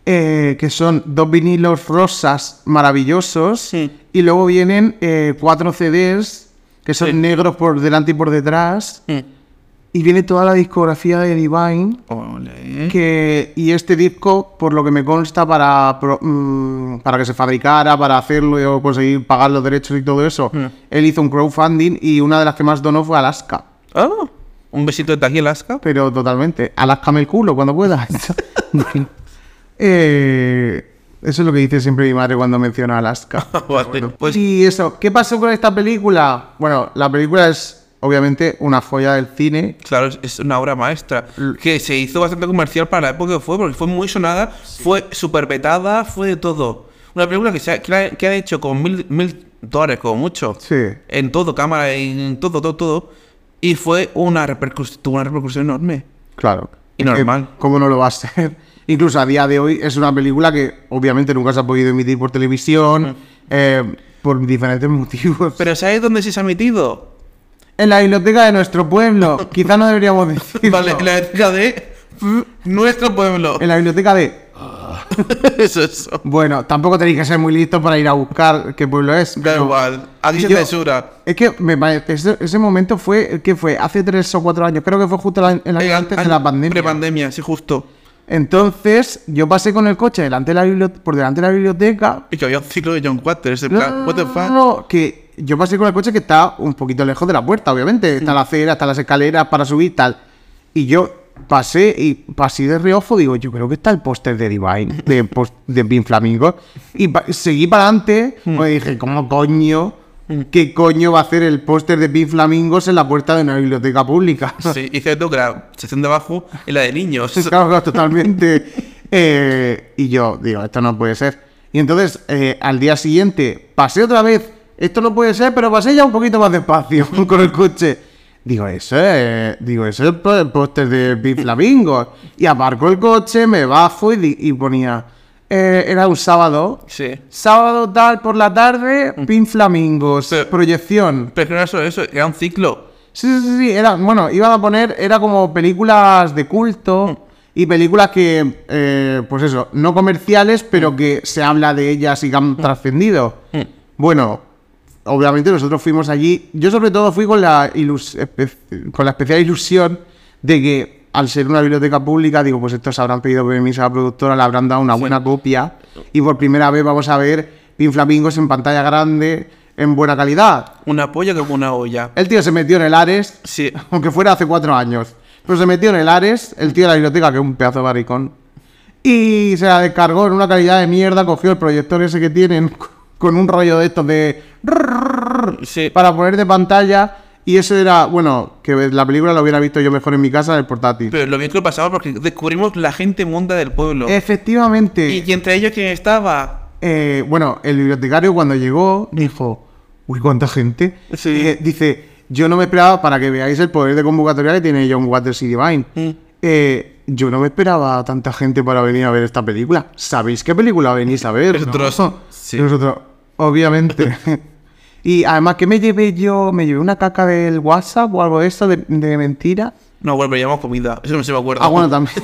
Speaker 3: eh, que son dos vinilos rosas maravillosos
Speaker 2: Sí.
Speaker 3: y luego vienen eh, cuatro CDs que son
Speaker 2: Sí.
Speaker 3: negros por delante y por detrás
Speaker 2: mm.
Speaker 3: y viene toda la discografía de Divine
Speaker 2: Ole.
Speaker 3: que y este disco por lo que me consta para pro- mm, para que se fabricara para hacerlo y o conseguir pagar los derechos y todo eso él hizo un crowdfunding y una de las que más donó fue Alaska
Speaker 2: Ah, un besito de aquí, Alaska.
Speaker 3: pero totalmente Aláscame el culo cuando puedas Eh, eso es lo que dice siempre mi madre cuando menciona Alaska
Speaker 2: *laughs* Vale, pues
Speaker 3: y eso qué pasó con esta película bueno la película es obviamente una joya del cine
Speaker 2: claro, es- es una obra maestra que se hizo bastante comercial para la época que fue, porque fue muy sonada, fue súper vetada, fue de todo. Una película que, se ha, que, la- que ha hecho con mil, mil dólares, como mucho.
Speaker 3: sí
Speaker 2: En todo, cámara, en todo, todo, todo. Y fue una repercusión, tuvo una repercusión enorme.
Speaker 3: Claro.
Speaker 2: Y normal.
Speaker 3: Eh, ¿Cómo no lo va a ser? *laughs* Incluso a día de hoy es una película que obviamente nunca se ha podido emitir por televisión, eh, por diferentes *laughs* motivos.
Speaker 2: Pero ¿sabes dónde sí se ha metido?
Speaker 3: en la biblioteca de
Speaker 2: *laughs*
Speaker 3: nuestro pueblo, quizás no deberíamos decirlo.
Speaker 2: Vale, en la época *laughs* de nuestro pueblo.
Speaker 3: En la biblioteca de...
Speaker 2: *laughs* Eso, eso.
Speaker 3: Bueno, tampoco tenéis que ser muy listos para ir a buscar qué pueblo es.
Speaker 2: Da
Speaker 3: pero-
Speaker 2: igual. Aquí se
Speaker 3: Yo-
Speaker 2: censura.
Speaker 3: Es que me parece, ese, ese momento fue, ¿qué fue? Hace tres o cuatro años, creo que fue justo la- el año
Speaker 2: Eh,
Speaker 3: antes de
Speaker 2: an-
Speaker 3: la pandemia.
Speaker 2: Prepandemia, sí, justo.
Speaker 3: Entonces, yo pasé con el coche delante de la bibliote- por delante de la biblioteca
Speaker 2: Y que había un ciclo de John Waters. En
Speaker 3: No,
Speaker 2: plan,
Speaker 3: no, *laughs*
Speaker 2: what the
Speaker 3: no,
Speaker 2: fuck.
Speaker 3: no, que yo pasé con el coche que está un poquito lejos de la puerta, obviamente. Está la acera, están las escaleras para subir, tal. Y yo pasé y pasé de reojo, digo, yo creo que está el póster de Divine, de, pos- de Pin Flamingo. Y pa- seguí para adelante, pues dije, ¿cómo coño? ¿Qué coño va a hacer el póster de Pin Flamingos en la puerta de una biblioteca pública?
Speaker 2: Sí, y cierto que la sección de abajo es la de niños.
Speaker 3: Sí, *laughs* claro, claro, totalmente. Eh, y yo digo, esto no puede ser. Y entonces, eh, al día siguiente, pasé otra vez. Esto no puede ser, pero pasé ya un poquito más despacio *laughs* con el coche. Digo, eso es, digo, eso es el po- el póster de Big Flamingo. Y aparco el coche, me bajo y, di- y ponía. eh, era un sábado.
Speaker 2: Sí. Mm.
Speaker 3: Sábado tal por la tarde, Pin Flamingos,
Speaker 2: Sí.
Speaker 3: proyección.
Speaker 2: Pero es que no era solo eso, era un ciclo.
Speaker 3: Sí, sí, sí, sí, era, bueno, iban a poner, era como películas de culto y películas que, eh, pues eso, no comerciales, pero que se habla de ellas y que han trascendido. Bueno, obviamente nosotros fuimos allí, yo sobre todo fui con la, ilus- espe- con la especial ilusión de que al ser una biblioteca pública, digo, pues estos habrán pedido permiso a la productora, le habrán dado una buena copia y por primera vez vamos a ver Pin Flamingos en pantalla grande, en buena calidad.
Speaker 2: Una polla como una olla.
Speaker 3: El tío se metió en el Ares
Speaker 2: Sí.
Speaker 3: *laughs* aunque fuera hace cuatro años. Pero se metió en el Ares, el tío de la biblioteca, que es un pedazo de maricón. Y se la descargó en una calidad de mierda, cogió el proyector ese que tienen *laughs* con un rollo de estos de...
Speaker 2: Sí.
Speaker 3: para poner de pantalla. Y eso era, bueno, que la película la hubiera visto yo mejor en mi casa en el portátil.
Speaker 2: Pero lo bien que lo pasamos porque descubrimos la gente monda del pueblo.
Speaker 3: Efectivamente.
Speaker 2: Y, y entre ellos, ¿quién estaba?
Speaker 3: Eh, bueno, el bibliotecario cuando llegó dijo, uy, cuánta gente.
Speaker 2: Sí.
Speaker 3: Eh, dice, yo no me esperaba, para que veáis el poder de convocatoria que tiene John Waters y Divine,
Speaker 2: Mm.
Speaker 3: eh, yo no me esperaba a tanta gente para venir a ver esta película. ¿Sabéis qué película venís a ver? no?"
Speaker 2: Nosotros, sí.
Speaker 3: Nosotros,
Speaker 2: *laughs*
Speaker 3: obviamente. y además, ¿qué me llevé yo? ¿Me llevé una caca del WhatsApp o algo de esto de, de mentira?
Speaker 2: No, bueno, pero llevamos comida. Eso no se me acuerda.
Speaker 3: Ah,
Speaker 2: *laughs*
Speaker 3: bueno, también.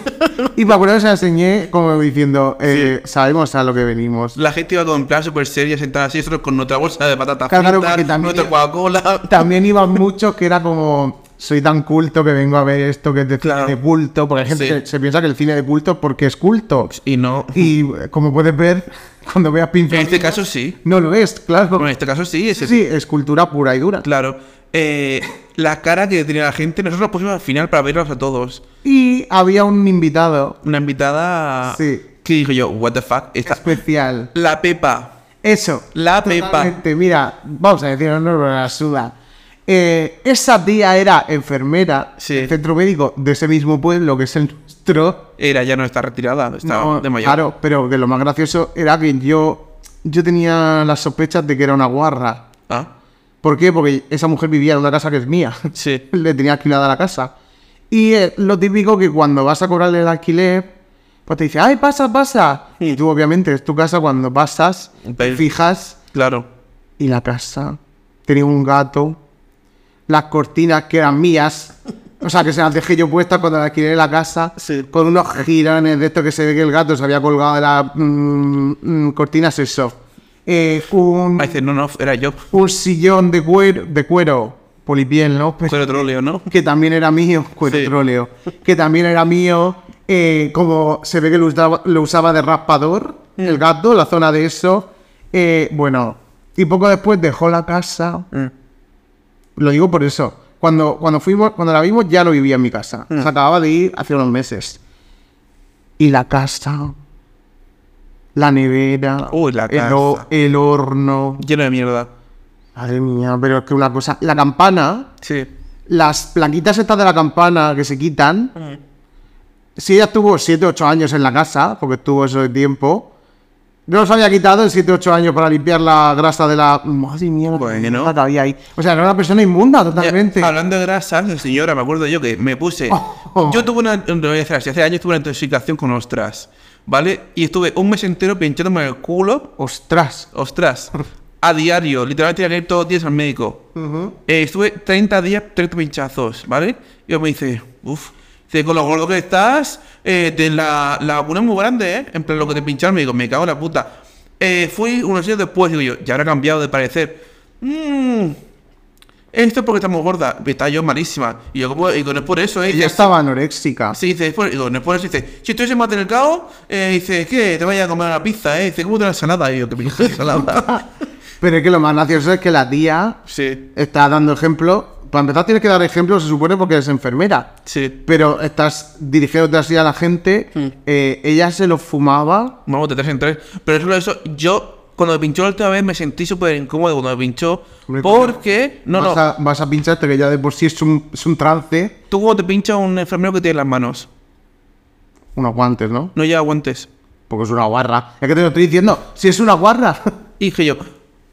Speaker 3: y me acuerdo que se la enseñé como diciendo, eh, sabemos a lo que venimos.
Speaker 2: La gente iba todo en plan súper seria, sentada así, nosotros con nuestra bolsa de patatas
Speaker 3: Claro,
Speaker 2: fritas,
Speaker 3: porque también-
Speaker 2: nuestra Coca-Cola.
Speaker 3: También iban muchos que era como, soy tan culto que vengo a ver esto que es de, cine
Speaker 2: Claro.
Speaker 3: de culto, porque hay gente
Speaker 2: Sí.
Speaker 3: que se piensa que el cine de culto es porque es culto.
Speaker 2: Y no.
Speaker 3: Y eh, como puedes ver, cuando veas Pink
Speaker 2: En este
Speaker 3: Floyd,
Speaker 2: caso sí.
Speaker 3: no lo es, claro.
Speaker 2: Bueno, en este caso sí.
Speaker 3: sí,
Speaker 2: Ese,
Speaker 3: sí, es cultura pura y dura.
Speaker 2: Claro. Eh, la cara que tenía la gente, nosotros la pusimos al final para verlos a todos.
Speaker 3: Y había un invitado
Speaker 2: Una invitada.
Speaker 3: Sí.
Speaker 2: Que dijo yo, what the fuck. Esta-
Speaker 3: especial.
Speaker 2: La Pepa.
Speaker 3: Eso.
Speaker 2: La Pepa.
Speaker 3: Totalmente, mira, vamos a decir, no nos la suda. Eh, esa tía era enfermera
Speaker 2: Sí.
Speaker 3: del centro médico de ese mismo pueblo que es el nuestro.
Speaker 2: Era, ya no está retirada, está
Speaker 3: No,
Speaker 2: de mayor.
Speaker 3: Claro, pero que lo más gracioso era que yo, yo tenía las sospechas de que era una guarra.
Speaker 2: Ah,
Speaker 3: ¿Por qué? Porque esa mujer vivía en una casa que es mía.
Speaker 2: sí.
Speaker 3: *laughs* Le tenía alquilada la casa. Y es lo típico que cuando vas a cobrarle el alquiler, pues te dice, ¡ay, pasa, pasa! Y tú, obviamente, es tu casa cuando pasas, te
Speaker 2: Pero-
Speaker 3: fijas,
Speaker 2: Claro.
Speaker 3: y la casa tenía un gato, las cortinas que eran mías, o sea, que se las dejé yo puestas cuando la alquilé la casa,
Speaker 2: Sí.
Speaker 3: con unos girones de esto que se ve que el gato se había colgado de las mm, mm, cortinas, eso. Eh, un,
Speaker 2: Ah, dice, no, no, era yo.
Speaker 3: un sillón de cuero, de cuero, polipiel, ¿no? Pero-
Speaker 2: Pero troleo, ¿no?
Speaker 3: que también era mío, *laughs* cuero
Speaker 2: Sí.
Speaker 3: tróleo, que también era mío, eh, como se ve que lo usaba, lo usaba de raspador,
Speaker 2: Mm.
Speaker 3: el gato, la zona de eso, eh, bueno, y poco después dejó la casa, lo digo por eso, cuando, cuando, fuimos, cuando la vimos ya no vivía en mi casa,
Speaker 2: Mm.
Speaker 3: se acababa de ir hace unos meses, y la casa, la nevera,
Speaker 2: Uy, la
Speaker 3: el, ho-
Speaker 2: casa.
Speaker 3: el horno,
Speaker 2: Lleno de mierda.
Speaker 3: madre mía, pero es que una cosa, la campana
Speaker 2: Sí.
Speaker 3: las plaquitas estas de la campana que se quitan, si ella estuvo 7 8 años en la casa, porque estuvo eso de tiempo, no los había quitado en 7 8 años para limpiar la grasa de la... Madre mía, la
Speaker 2: Bueno.
Speaker 3: mierda que había ahí. O sea, era una persona inmunda totalmente.
Speaker 2: Eh, hablando de grasas, señora, me acuerdo yo que me puse.
Speaker 3: *laughs* Oh.
Speaker 2: Yo tuve una. no voy a decir así, hace años tuve una intoxicación con ostras, ¿vale? Y estuve un mes entero pinchándome el culo,
Speaker 3: Ostras.
Speaker 2: ostras, a diario, literalmente tenía que ir todos los días al médico. Eh, estuve 30 días, 30 pinchazos, ¿vale? Y me dice, uff, dice, con lo gordo que estás, eh, de la, la vacuna es muy grande, ¿eh? En plan, lo que te pincharon, me digo, me cago en la puta. Eh, fui unos días después, digo yo, ya habrá cambiado de parecer. Mmm. Esto es porque está muy gorda, está yo malísima. Y yo, como, digo, no es por eso, ¿eh?
Speaker 3: Ella estaba anoréxica.
Speaker 2: Sí, dice, por, digo, no es por eso, dice, si estuviese más delgado, eh, dice, ¿qué? Te vaya a comer una pizza, ¿eh? Dice, ¿cómo te una ensalada? Y yo, que pizza ensalada.
Speaker 3: Pero es que lo más gracioso es que la tía
Speaker 2: Sí,
Speaker 3: está dando ejemplo. Para empezar, tienes que dar ejemplo, se supone, porque eres enfermera.
Speaker 2: sí.
Speaker 3: Pero estás dirigiéndote así a la gente.
Speaker 2: Mm.
Speaker 3: eh, ella se lo fumaba.
Speaker 2: Vamos, de tres en tres. Pero eso, eso yo, cuando me pinchó la última vez, me sentí súper incómodo cuando me pinchó.
Speaker 3: Hombre,
Speaker 2: Porque, no,
Speaker 3: vas,
Speaker 2: no,
Speaker 3: A, vas a pincharte, que ya de por sí es un, es un trance.
Speaker 2: tú cuando te pincha un enfermero que tiene las manos,
Speaker 3: Unos guantes, ¿no?
Speaker 2: no lleva guantes.
Speaker 3: Porque es una guarra. Es que te lo estoy diciendo. Si es una guarra. *laughs*
Speaker 2: Y dije yo,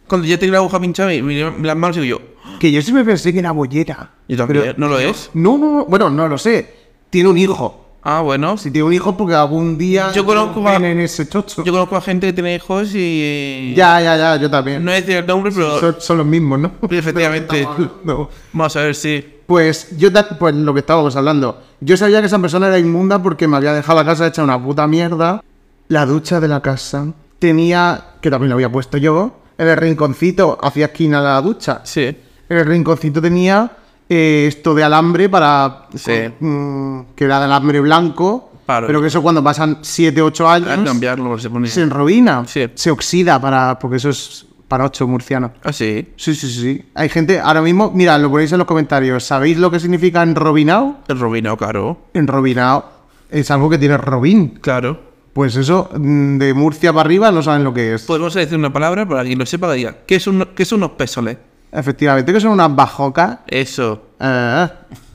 Speaker 2: cuando ya tenía la aguja pinchada, me miré las manos y digo yo,
Speaker 3: que yo siempre pensé que era bollera.
Speaker 2: yo también,
Speaker 3: Pero-
Speaker 2: ¿no lo es?
Speaker 3: No, no, no, bueno, no lo sé. Tiene un hijo.
Speaker 2: Ah, bueno,
Speaker 3: Si tiene un hijo, porque algún día.
Speaker 2: Yo conozco a-
Speaker 3: en ese chocho.
Speaker 2: yo conozco a gente que tiene hijos y...
Speaker 3: Ya, ya, ya, yo también.
Speaker 2: No es decir el nombre, pero
Speaker 3: son, son los mismos, ¿no? *laughs*
Speaker 2: efectivamente.
Speaker 3: No.
Speaker 2: Vamos a ver si...
Speaker 3: Pues yo, ta- pues lo que estábamos hablando. Yo sabía que esa persona era inmunda porque me había dejado la casa hecha una puta mierda. La ducha de la casa tenía, que también la había puesto yo, en el rinconcito, hacía esquina la ducha.
Speaker 2: Sí.
Speaker 3: En el rinconcito tenía eh, esto de alambre para.
Speaker 2: Sí.
Speaker 3: con- mm, que era de alambre blanco.
Speaker 2: Claro.
Speaker 3: Pero que eso cuando pasan 7, 8 años.
Speaker 2: A cambiarlo, se pone...
Speaker 3: Se enrovina.
Speaker 2: Sí.
Speaker 3: Se oxida para. Porque eso es para 8 murciano.
Speaker 2: Ah, sí.
Speaker 3: Sí, sí, sí, sí. Hay gente, ahora mismo, mira, lo ponéis en los comentarios. ¿Sabéis lo que significa enrobinado?
Speaker 2: El robinao, claro.
Speaker 3: Enrobinado es algo que tiene Robin.
Speaker 2: Claro.
Speaker 3: Pues eso, mm, de Murcia para arriba no saben lo que es.
Speaker 2: Podemos Pues decir una palabra para quien lo sepa que diga. ¿Qué, es un- qué son unos pésoles?
Speaker 3: Efectivamente, que son unas bajocas.
Speaker 2: Eso.
Speaker 3: eh,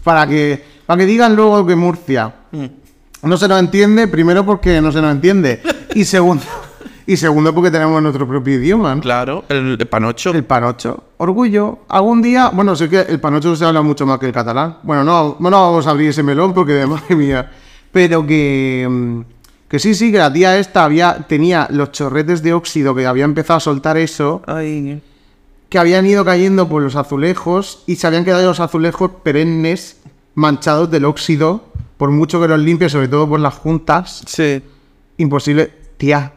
Speaker 3: para, que, para que digan luego que Murcia. No se nos entiende, primero porque no se nos entiende. Y segundo, y segundo porque tenemos nuestro propio idioma. ¿no?
Speaker 2: Claro. El, el panocho.
Speaker 3: El panocho. Orgullo. Algún día. Bueno, sé que el panocho se habla mucho más que el catalán. Bueno, no, no vamos a abrir ese melón porque, *laughs* madre mía. Pero que. mm, Que sí, sí, que la tía esta había, tenía los chorretes de óxido que había empezado a soltar eso,
Speaker 2: Ay.
Speaker 3: que habían ido cayendo por los azulejos y se habían quedado los azulejos perennes manchados del óxido, por mucho que los limpie, sobre todo por las juntas.
Speaker 2: Sí.
Speaker 3: Imposible. Tía,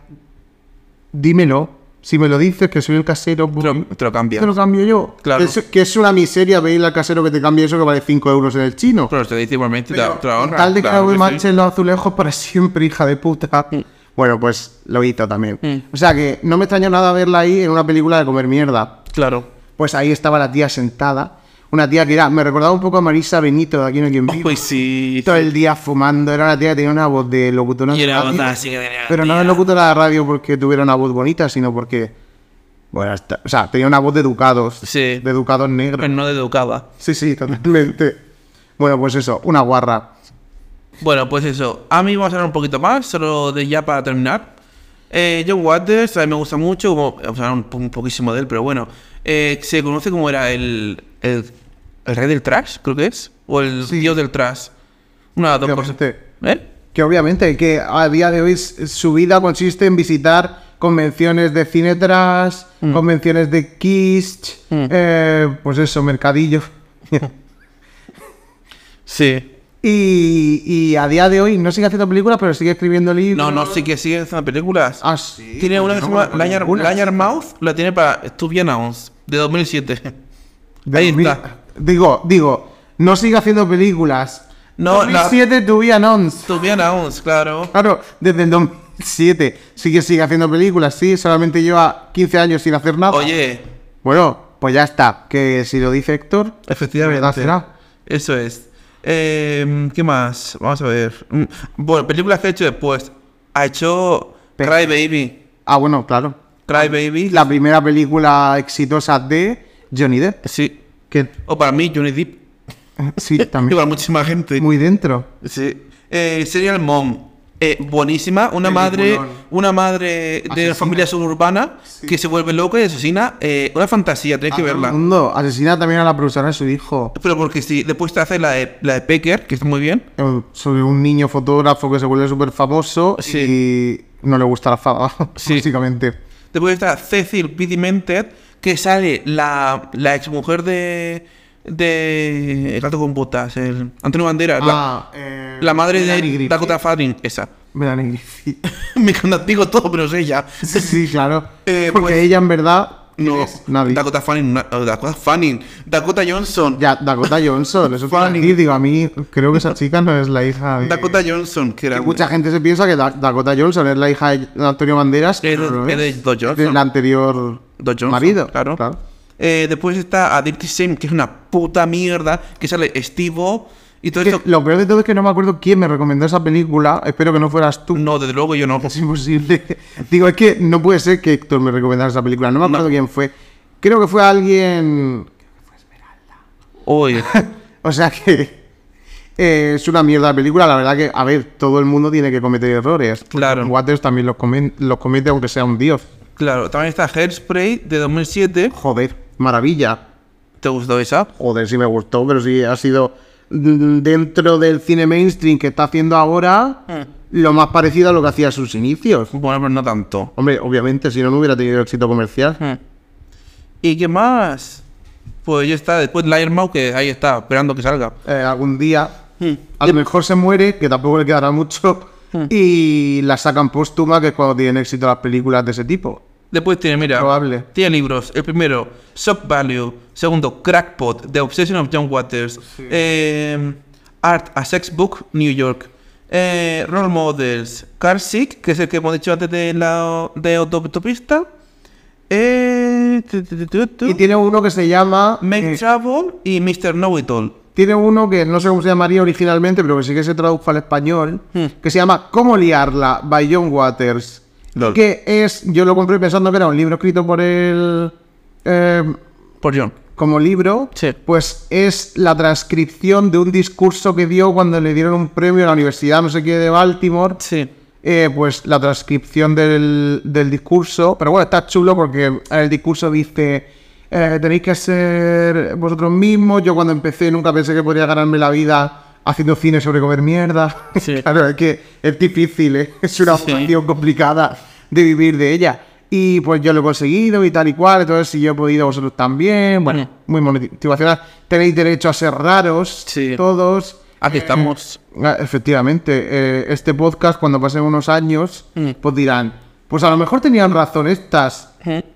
Speaker 3: dímelo. Si me lo dices, que soy el casero.
Speaker 2: Te lo, te lo cambia.
Speaker 3: Te lo cambio yo.
Speaker 2: Claro.
Speaker 3: Es- que es una miseria pedirle al casero que te cambie eso que vale 5 euros en el chino.
Speaker 2: Pero te dice igualmente, te,
Speaker 3: Pero,
Speaker 2: te lo ahorra.
Speaker 3: tal de que
Speaker 2: claro
Speaker 3: no me
Speaker 2: sí. Mm.
Speaker 3: manchen los azulejos para siempre, hija de puta. Bueno, pues lo hizo también. O sea que no me extrañó nada verla ahí en una película de comer mierda.
Speaker 2: Claro.
Speaker 3: Pues ahí estaba la tía sentada. Una tía que era, me recordaba un poco a Marisa Benito de aquí en el Quien Viva.
Speaker 2: Pues sí.
Speaker 3: Todo el día fumando. Era una tía que tenía una voz de locutora
Speaker 2: Y
Speaker 3: de
Speaker 2: era
Speaker 3: radio.
Speaker 2: otra, así que tenía.
Speaker 3: Pero no de locutora de radio porque tuviera una voz bonita, sino porque. Bueno, hasta- o sea, tenía una voz de educados.
Speaker 2: Sí.
Speaker 3: De educados negros.
Speaker 2: Pero no de educaba.
Speaker 3: Sí, sí, totalmente. Bueno, pues eso, una guarra.
Speaker 2: Bueno, pues eso. A mí vamos a hablar un poquito más, solo de ya para terminar. Eh, John Waters, a mí me gusta mucho, como, vamos a hablar un, po- un poquísimo de él, pero bueno. Eh, se conoce como era el, el, el rey del trash, creo que es. O el
Speaker 3: Sí.
Speaker 2: dios del trash. Una de las dos cosas.
Speaker 3: Obviamente.
Speaker 2: ¿Eh?
Speaker 3: Que obviamente que a día de hoy s- su vida consiste en visitar convenciones de cine tras,
Speaker 2: Mm.
Speaker 3: convenciones de Kiss, eh, pues eso, mercadillo. *laughs*
Speaker 2: Sí.
Speaker 3: y, y a día de hoy no sigue haciendo películas, pero sigue escribiendo libros.
Speaker 2: No, no, sí que sigue haciendo películas.
Speaker 3: Ah, sí.
Speaker 2: tiene una que se
Speaker 3: No,
Speaker 2: llama
Speaker 3: no,
Speaker 2: Lanyard
Speaker 3: ninguna.
Speaker 2: Lanyard Mouth, la tiene para Stubby Announce, de *laughs* 2007.
Speaker 3: De
Speaker 2: Ahí
Speaker 3: 2000.
Speaker 2: está.
Speaker 3: Digo, digo, no sigue haciendo películas.
Speaker 2: No, la-
Speaker 3: 2007 tu vida nonce.
Speaker 2: Stubby Announce, claro.
Speaker 3: Claro, desde el 2007 sí que sigue haciendo películas, sí, solamente lleva 15 años sin hacer nada.
Speaker 2: Oye,
Speaker 3: Bueno, pues ya está. Que si lo dice Héctor,
Speaker 2: Efectivamente.
Speaker 3: ¿verdad será?
Speaker 2: Eso es. Em, ¿Qué más? Vamos a ver. Mm, Bueno, películas que ha hecho después. Ha hecho
Speaker 3: Pe-
Speaker 2: Cry Baby.
Speaker 3: Ah, bueno, claro.
Speaker 2: Cry Baby.
Speaker 3: La primera película exitosa de Johnny Depp.
Speaker 2: Sí.
Speaker 3: Que
Speaker 2: O para mí, Johnny Depp.
Speaker 3: sí,
Speaker 2: Y *laughs*
Speaker 3: también.
Speaker 2: para muchísima gente.
Speaker 3: Muy dentro.
Speaker 2: Sí. Eh, Serial Mom. Eh, buenísima. Una madre,
Speaker 3: Peliculón.
Speaker 2: una madre de
Speaker 3: Asesina.
Speaker 2: una familia suburbana que se vuelve loca y asesina. Eh, una fantasía, tenéis que
Speaker 3: A Ah, todo el
Speaker 2: verla.
Speaker 3: mundo. Asesina también a la profesora de su hijo.
Speaker 2: Pero porque sí, después te hace la de, la de Pecker, que está muy bien.
Speaker 3: Eh, Sobre un niño fotógrafo que se vuelve súper famoso y no le gusta la fama, *laughs*
Speaker 2: Sí.
Speaker 3: básicamente.
Speaker 2: Después está Cecil B. Demented, que sale la, la exmujer de. de. El gato con botas, el. Antonio Banderas, la-
Speaker 3: Ah, eh,
Speaker 2: la, madre
Speaker 3: Melanie
Speaker 2: de
Speaker 3: Griffith.
Speaker 2: Dakota Fanning, esa. *laughs*
Speaker 3: Melanie Griffith. *laughs*
Speaker 2: Me contigo todo, pero es ella.
Speaker 3: Sí, claro.
Speaker 2: Eh,
Speaker 3: Porque
Speaker 2: pues-
Speaker 3: ella en verdad
Speaker 2: No,
Speaker 3: Nadie.
Speaker 2: Dakota Fanning, na- oh, Dakota Fanning, Dakota Johnson,
Speaker 3: Ya, Dakota Johnson, eso te iba a
Speaker 2: Fanny.
Speaker 3: decir, digo, a mí creo que esa chica no es la hija de...
Speaker 2: Dakota Johnson, que
Speaker 3: Que
Speaker 2: era
Speaker 3: mucha gente se piensa que Da- Dakota Johnson es la hija de Antonio Banderas.
Speaker 2: Que era-
Speaker 3: pero no
Speaker 2: era de
Speaker 3: es.
Speaker 2: Don Johnson.
Speaker 3: Del anterior
Speaker 2: Don Johnson,
Speaker 3: marido.
Speaker 2: Claro. Eh, después está a Dirty Shame, que es una puta mierda, que sale Steve y todo
Speaker 3: Que
Speaker 2: esto.
Speaker 3: lo peor de todo es que no me acuerdo quién me recomendó esa película. Espero que no fueras tú.
Speaker 2: No, desde luego yo no.
Speaker 3: *laughs* Es imposible. Digo, es que no puede ser que Héctor me recomendara esa película. No me acuerdo
Speaker 2: No.
Speaker 3: quién fue. Creo que fue alguien. *laughs*
Speaker 2: Oye,
Speaker 3: O sea que. eh, es una mierda la película. La verdad que, a ver, todo el mundo tiene que cometer errores.
Speaker 2: Claro.
Speaker 3: Waters también los, comen- los comete, aunque sea un dios.
Speaker 2: claro, también está Hairspray de 2007.
Speaker 3: Joder, maravilla.
Speaker 2: ¿Te gustó esa?
Speaker 3: Joder, sí me gustó, pero sí ha sido mm, dentro del cine mainstream que está haciendo ahora
Speaker 2: Mm.
Speaker 3: lo más parecido a lo que hacía a sus inicios.
Speaker 2: Bueno, pero no tanto.
Speaker 3: Hombre, obviamente, si no, no hubiera tenido éxito
Speaker 2: Mm.
Speaker 3: comercial.
Speaker 2: ¿Y qué más? Pues ya está, después Liar Mouth, que ahí está, esperando que salga.
Speaker 3: Eh, algún día,
Speaker 2: Hmm.
Speaker 3: a lo mejor se muere, que tampoco le quedará mucho, y la sacan póstuma, que es cuando tienen éxito las películas de ese tipo.
Speaker 2: Después tiene, mira,
Speaker 3: Probable.
Speaker 2: tiene libros. El primero, Shock Value. Segundo, Crackpot, The Obsession of John Waters. Eh, Art, A Sex Book, New York. Eh, Role Models, Car Sick, que es el que hemos dicho antes de la de autopista. Eh, tu, tu, tu, tu, tu.
Speaker 3: Y tiene uno que se llama.
Speaker 2: Make
Speaker 3: eh,
Speaker 2: Trouble y Mr. Know It All.
Speaker 3: tiene uno que no sé cómo se llamaría originalmente, pero que sí que se tradujo al español,
Speaker 2: Hmm.
Speaker 3: que se llama ¿Cómo liarla? by John Waters.
Speaker 2: Lol.
Speaker 3: Que es, yo lo compré pensando que era un libro escrito por él eh,
Speaker 2: Por John.
Speaker 3: como libro,
Speaker 2: Sí.
Speaker 3: pues es la transcripción de un discurso que dio cuando le dieron un premio a la Universidad no sé qué de Baltimore.
Speaker 2: Sí.
Speaker 3: Eh, pues la transcripción del, del discurso. Pero bueno, está chulo porque el discurso dice: eh, Tenéis que ser vosotros mismos. Yo cuando empecé nunca pensé que podría ganarme la vida haciendo cine sobre comer mierda. *laughs*
Speaker 2: Sí.
Speaker 3: claro, es que es difícil, ¿eh? *laughs* es una
Speaker 2: Sí.
Speaker 3: opción complicada de vivir de ella. Y pues yo lo he conseguido y tal y cual. Entonces, si yo he podido, vosotros también. Bueno, muy motivacional. Tenéis derecho a ser raros,
Speaker 2: Sí.
Speaker 3: todos.
Speaker 2: Aquí
Speaker 3: *laughs*
Speaker 2: estamos.
Speaker 3: Ah, Efectivamente, eh, este podcast cuando pasen unos años,
Speaker 2: Mm.
Speaker 3: pues dirán, pues a lo mejor tenían razón estas,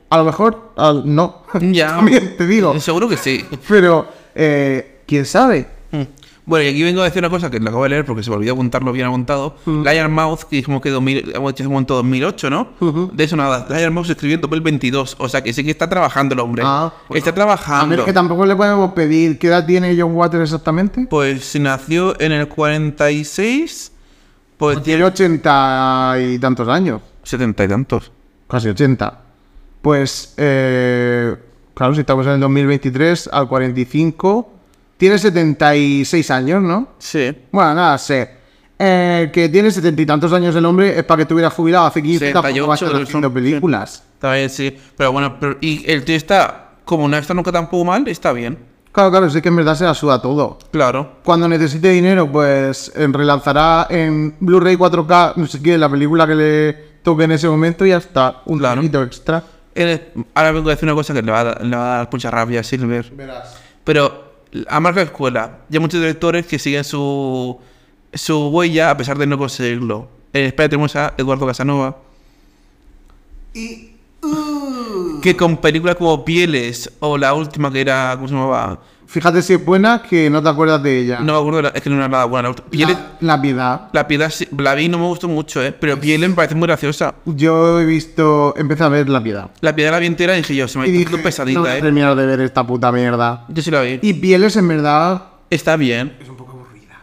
Speaker 3: a lo mejor al- no,
Speaker 2: ¿Eh? *laughs* Ya.
Speaker 3: también te digo,
Speaker 2: Seguro que sí.
Speaker 3: pero eh, quién sabe.
Speaker 2: Mm. Bueno, y aquí vengo a decir una cosa que la acabo de leer porque se me olvidó apuntarlo bien apuntado.
Speaker 3: Mm.
Speaker 2: Lion Mouth, que dijimos que 2000, hemos hecho un montón 2008, ¿no? De eso nada. Lion Mouth se escribió en 2022. O sea que sí que está trabajando el hombre.
Speaker 3: Ah, bueno.
Speaker 2: Está
Speaker 3: A ver,
Speaker 2: trabajando.
Speaker 3: que tampoco le podemos pedir qué edad tiene John Waters exactamente.
Speaker 2: Pues si nació en el 46, pues
Speaker 3: Tiene
Speaker 2: tiene
Speaker 3: 80 y tantos años,
Speaker 2: 70 y tantos.
Speaker 3: casi 80. Pues, eh, claro, si estamos en el 2023 al 45, tiene 76 años, ¿no?
Speaker 2: Sí.
Speaker 3: Bueno, nada, sé. Eh, que tiene setenta y tantos años el hombre es para que estuviera jubilado hace 15
Speaker 2: 78
Speaker 3: tampoco va a estar
Speaker 2: creo que
Speaker 3: haciendo
Speaker 2: son.
Speaker 3: películas.
Speaker 2: También sí. Pero bueno, pero- y el tío está, como no está nunca tampoco mal, está bien.
Speaker 3: Claro, claro, sí que en verdad se la suda todo.
Speaker 2: Claro.
Speaker 3: Cuando necesite dinero, pues eh, relanzará en Blu-ray 4K, no sé qué, la película que le toque en ese momento y hasta un
Speaker 2: Claro.
Speaker 3: poquito extra.
Speaker 2: Eres- ahora vengo a decir una cosa que le va a, da- le va a dar mucha rabia a Silver. Pero a marca escuela. Ya hay muchos directores que siguen su, su huella a pesar de no conseguirlo. En España tenemos a Eduardo Casanova.
Speaker 3: uh.
Speaker 2: Que con películas como Pieles o la última que era. ¿Cómo se llamaba?
Speaker 3: Fíjate si es buena que no te acuerdas de ella.
Speaker 2: No me acuerdo, la- es que no era nada buena. La, última. Pieles,
Speaker 3: Ah. La, la piedad.
Speaker 2: la piedad, sí- la vi y no me gustó mucho, ¿eh? Pero Pieles me parece muy graciosa.
Speaker 3: Yo he visto, empecé a ver la piedad.
Speaker 2: La piedad la vi entera y dije yo, se me ha
Speaker 3: Y
Speaker 2: hecho
Speaker 3: dije, no voy
Speaker 2: pesadita,
Speaker 3: a
Speaker 2: ¿eh?
Speaker 3: terminar de ver esta puta mierda.
Speaker 2: Yo sí la vi.
Speaker 3: Y pieles en verdad
Speaker 2: Está bien. Es un poco aburrida.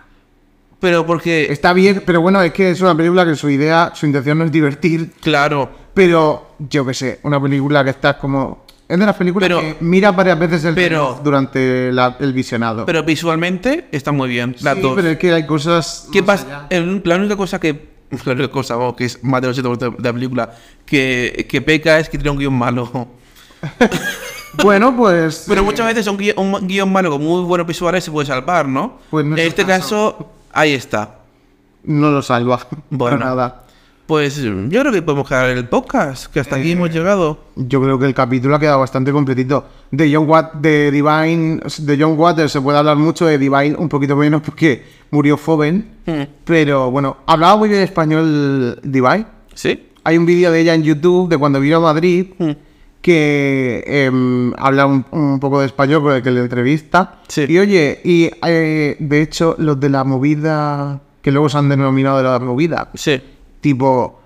Speaker 2: Pero porque,
Speaker 3: Está bien, pero bueno, es que es una película que su idea, su intención no es divertir,
Speaker 2: claro,
Speaker 3: pero yo qué sé, una película que estás como. Es de las películas
Speaker 2: Pero-
Speaker 3: que mira varias veces el
Speaker 2: pero-
Speaker 3: reloj durante la- el visionado.
Speaker 2: pero visualmente está muy bien. Las
Speaker 3: Sí,
Speaker 2: dos.
Speaker 3: pero es que hay cosas.
Speaker 2: ¿Qué
Speaker 3: más
Speaker 2: pasa?
Speaker 3: allá.
Speaker 2: El- la única cosa que. *laughs* La única cosa, vamos, que es más del 80% de la película que, que peca es que tiene un guión malo.
Speaker 3: Bueno, pues.
Speaker 2: Pero
Speaker 3: eh,
Speaker 2: muchas veces un guión, un guión malo con muy buenos visuales se puede salvar, ¿no?
Speaker 3: Pues no es
Speaker 2: en
Speaker 3: el
Speaker 2: este caso. ahí está.
Speaker 3: No lo salva. *laughs* para
Speaker 2: Bueno.
Speaker 3: nada.
Speaker 2: Pues yo creo que podemos quedar el podcast, que hasta aquí
Speaker 3: Eh.
Speaker 2: hemos llegado.
Speaker 3: Yo creo que el capítulo ha quedado bastante completito. De John, Wat de Divine, de John Waters se puede hablar mucho, de Divine un poquito menos porque murió joven.
Speaker 2: Hmm.
Speaker 3: Pero bueno, hablaba muy bien español Divine.
Speaker 2: ¿Sí?
Speaker 3: Hay un vídeo de ella en YouTube de cuando vino a Madrid, que em, habla un, un poco de español con el que le entrevista.
Speaker 2: Sí.
Speaker 3: Y oye, y eh, de hecho, los de la movida, que luego se han denominado de la movida,
Speaker 2: Sí.
Speaker 3: tipo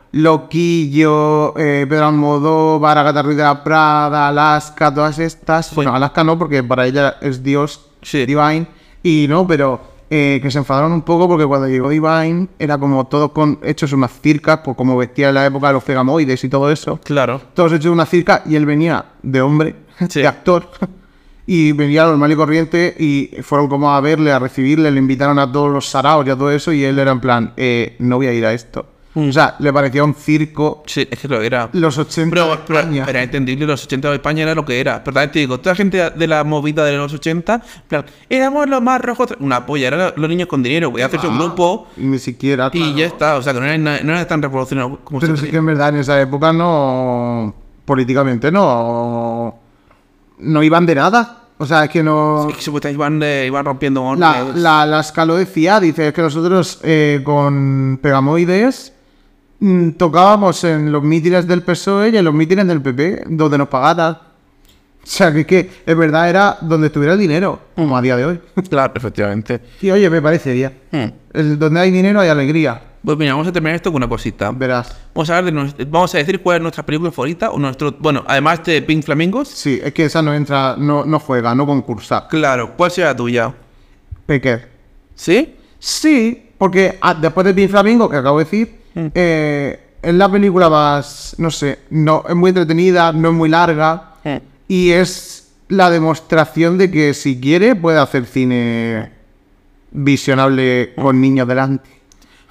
Speaker 3: Loquillo, eh, Pedro Almodóvar, Agatha Ruiz de la Prada, Alaska, todas estas. Bueno, Alaska no, porque para ella es Dios,
Speaker 2: Sí.
Speaker 3: Divine, y no, pero eh, que se enfadaron un poco porque cuando llegó Divine era como todos con, hechos unas circas, pues como vestía en la época de los fegamoides y todo eso.
Speaker 2: Claro.
Speaker 3: Todos hechos una circa y él venía de hombre,
Speaker 2: Sí.
Speaker 3: de actor. *laughs* Y venía normal y corriente y fueron como a verle, a recibirle, le invitaron a todos los saraos y a todo eso y él era en plan, eh, no voy a ir a esto.
Speaker 2: Mm.
Speaker 3: O sea, le parecía un circo.
Speaker 2: Sí, es que lo era.
Speaker 3: Los 80
Speaker 2: Pero,
Speaker 3: de
Speaker 2: pero-
Speaker 3: España.
Speaker 2: pero era entendible, los 80 de España era lo que era. Pero también te digo, toda la gente de la movida de los 80, en plan, éramos los más rojos. Una polla, eran los niños con dinero, voy a hacerse un grupo
Speaker 3: Ni
Speaker 2: y
Speaker 3: siquiera. Ah, claro.
Speaker 2: ya está. O sea, que no era, no era tan revolucionario como
Speaker 3: Pero
Speaker 2: se
Speaker 3: sí que en verdad en esa época no. Políticamente no. No iban de nada. O sea, es que no.
Speaker 2: Es que supuestamente iban, eh, iban rompiendo
Speaker 3: La,
Speaker 2: honores.
Speaker 3: la, la Ska lo decía, dice es que nosotros eh, con Pegamoides mm, tocábamos en los mítines del PSOE E y en los mítines del PP, donde nos pagaran. O sea, que es que en verdad era donde estuviera el dinero, como a día de hoy.
Speaker 2: Claro, efectivamente.
Speaker 3: Y oye, me parece bien.
Speaker 2: Hmm.
Speaker 3: El- donde hay dinero hay alegría,
Speaker 2: Pues mira, vamos a terminar esto con una cosita.
Speaker 3: verás.
Speaker 2: Vamos a, hablar de nos- vamos a decir cuál es nuestra película favorita o nuestro... Bueno, además de Pink Flamingos.
Speaker 3: Sí, es que esa no entra, no, no juega, no concursa.
Speaker 2: Claro, ¿cuál será la tuya?
Speaker 3: Pequer.
Speaker 2: ¿Sí?
Speaker 3: Sí, porque ah, después de Pink Flamingo, que acabo de decir, eh, es la película más, no sé, no es muy entretenida, no es muy larga,
Speaker 4: Eh.
Speaker 3: y es la demostración de que si quiere puede hacer cine visionable con niños delante.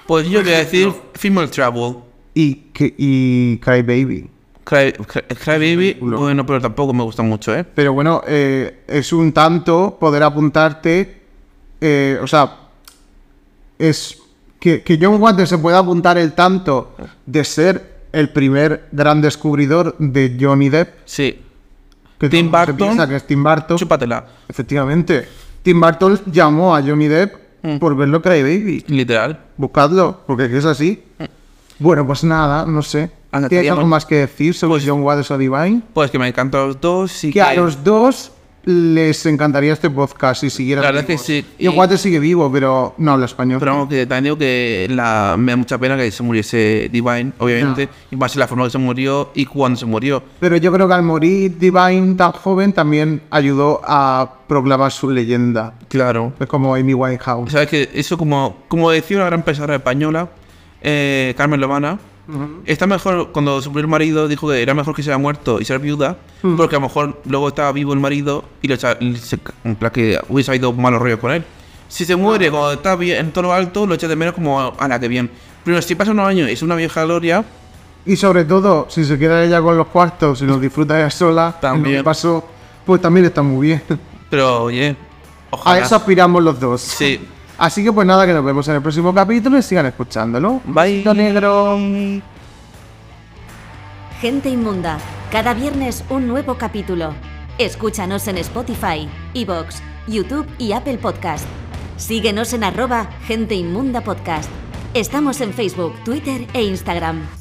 Speaker 2: Pues yo voy a decir Female Trouble.
Speaker 3: Y, que- y Cry Baby.
Speaker 2: Cry, Cry- Cry Baby, bueno, pero tampoco me gusta mucho, ¿eh?
Speaker 3: Pero bueno, eh, es un tanto poder apuntarte, eh, o sea, es que, que John Water se pueda apuntar el tanto de ser el primer gran descubridor de Johnny Depp.
Speaker 2: Sí.
Speaker 3: Que
Speaker 2: Tim
Speaker 3: todo el mundo se
Speaker 2: Burton.
Speaker 3: piensa que es Tim Burton.
Speaker 2: Chúpatela,
Speaker 3: Efectivamente. Tim Burton llamó a Johnny Depp
Speaker 2: Mm.
Speaker 3: por verlo Cry Baby.
Speaker 2: literal.
Speaker 3: Buscadlo, porque es así. Bueno, pues nada, no sé.
Speaker 2: Mm. Anda, pues
Speaker 3: ¿Tienes
Speaker 2: estaría
Speaker 3: algo
Speaker 2: muy-
Speaker 3: más que decir sobre John Waters o Divine?
Speaker 2: Pues que me encantan los dos y
Speaker 3: que a los dos les encantaría este podcast si siguieran.
Speaker 2: La verdad
Speaker 3: vivos.
Speaker 2: que sí,
Speaker 3: Y
Speaker 2: y-
Speaker 3: Guate sigue vivo, pero no habla español.
Speaker 2: Pero vamos, que también digo que la, me da mucha pena que se muriese Divine, obviamente, y más en la forma que se murió y cuando se murió.
Speaker 3: Pero yo creo que al morir Divine tan joven también ayudó a proclamar su leyenda.
Speaker 2: Claro.
Speaker 3: Es como Amy Winehouse.
Speaker 2: Sabes que eso, como, como decía una gran pensadora española, eh, Carmen Lomana, está mejor, cuando su primer marido dijo que era mejor que se haya muerto y ser viuda, porque a lo mejor luego estaba vivo el marido y le echa- le se- en plan que hubiese habido malos rollos con él. Si se muere cuando está bien, en todo lo alto, lo echa de menos como, a la que bien. Pero si pasa unos años y es una vieja gloria,
Speaker 3: Y sobre todo, si se queda ella con los cuartos y los disfruta ella sola,
Speaker 2: También.
Speaker 3: lo que pasó, pues también está muy bien.
Speaker 2: pero oye, ojalá.
Speaker 3: A eso aspiramos los dos.
Speaker 2: Sí.
Speaker 3: Así que pues nada, que nos vemos en el próximo capítulo y sigan escuchándolo.
Speaker 2: Bye.
Speaker 3: Besito negro.
Speaker 1: Gente Inmunda. Cada viernes un nuevo capítulo. Escúchanos en Spotify, Evox, YouTube y Apple Podcast. Síguenos en arroba Gente Inmunda Podcast. Estamos en Facebook, Twitter e Instagram.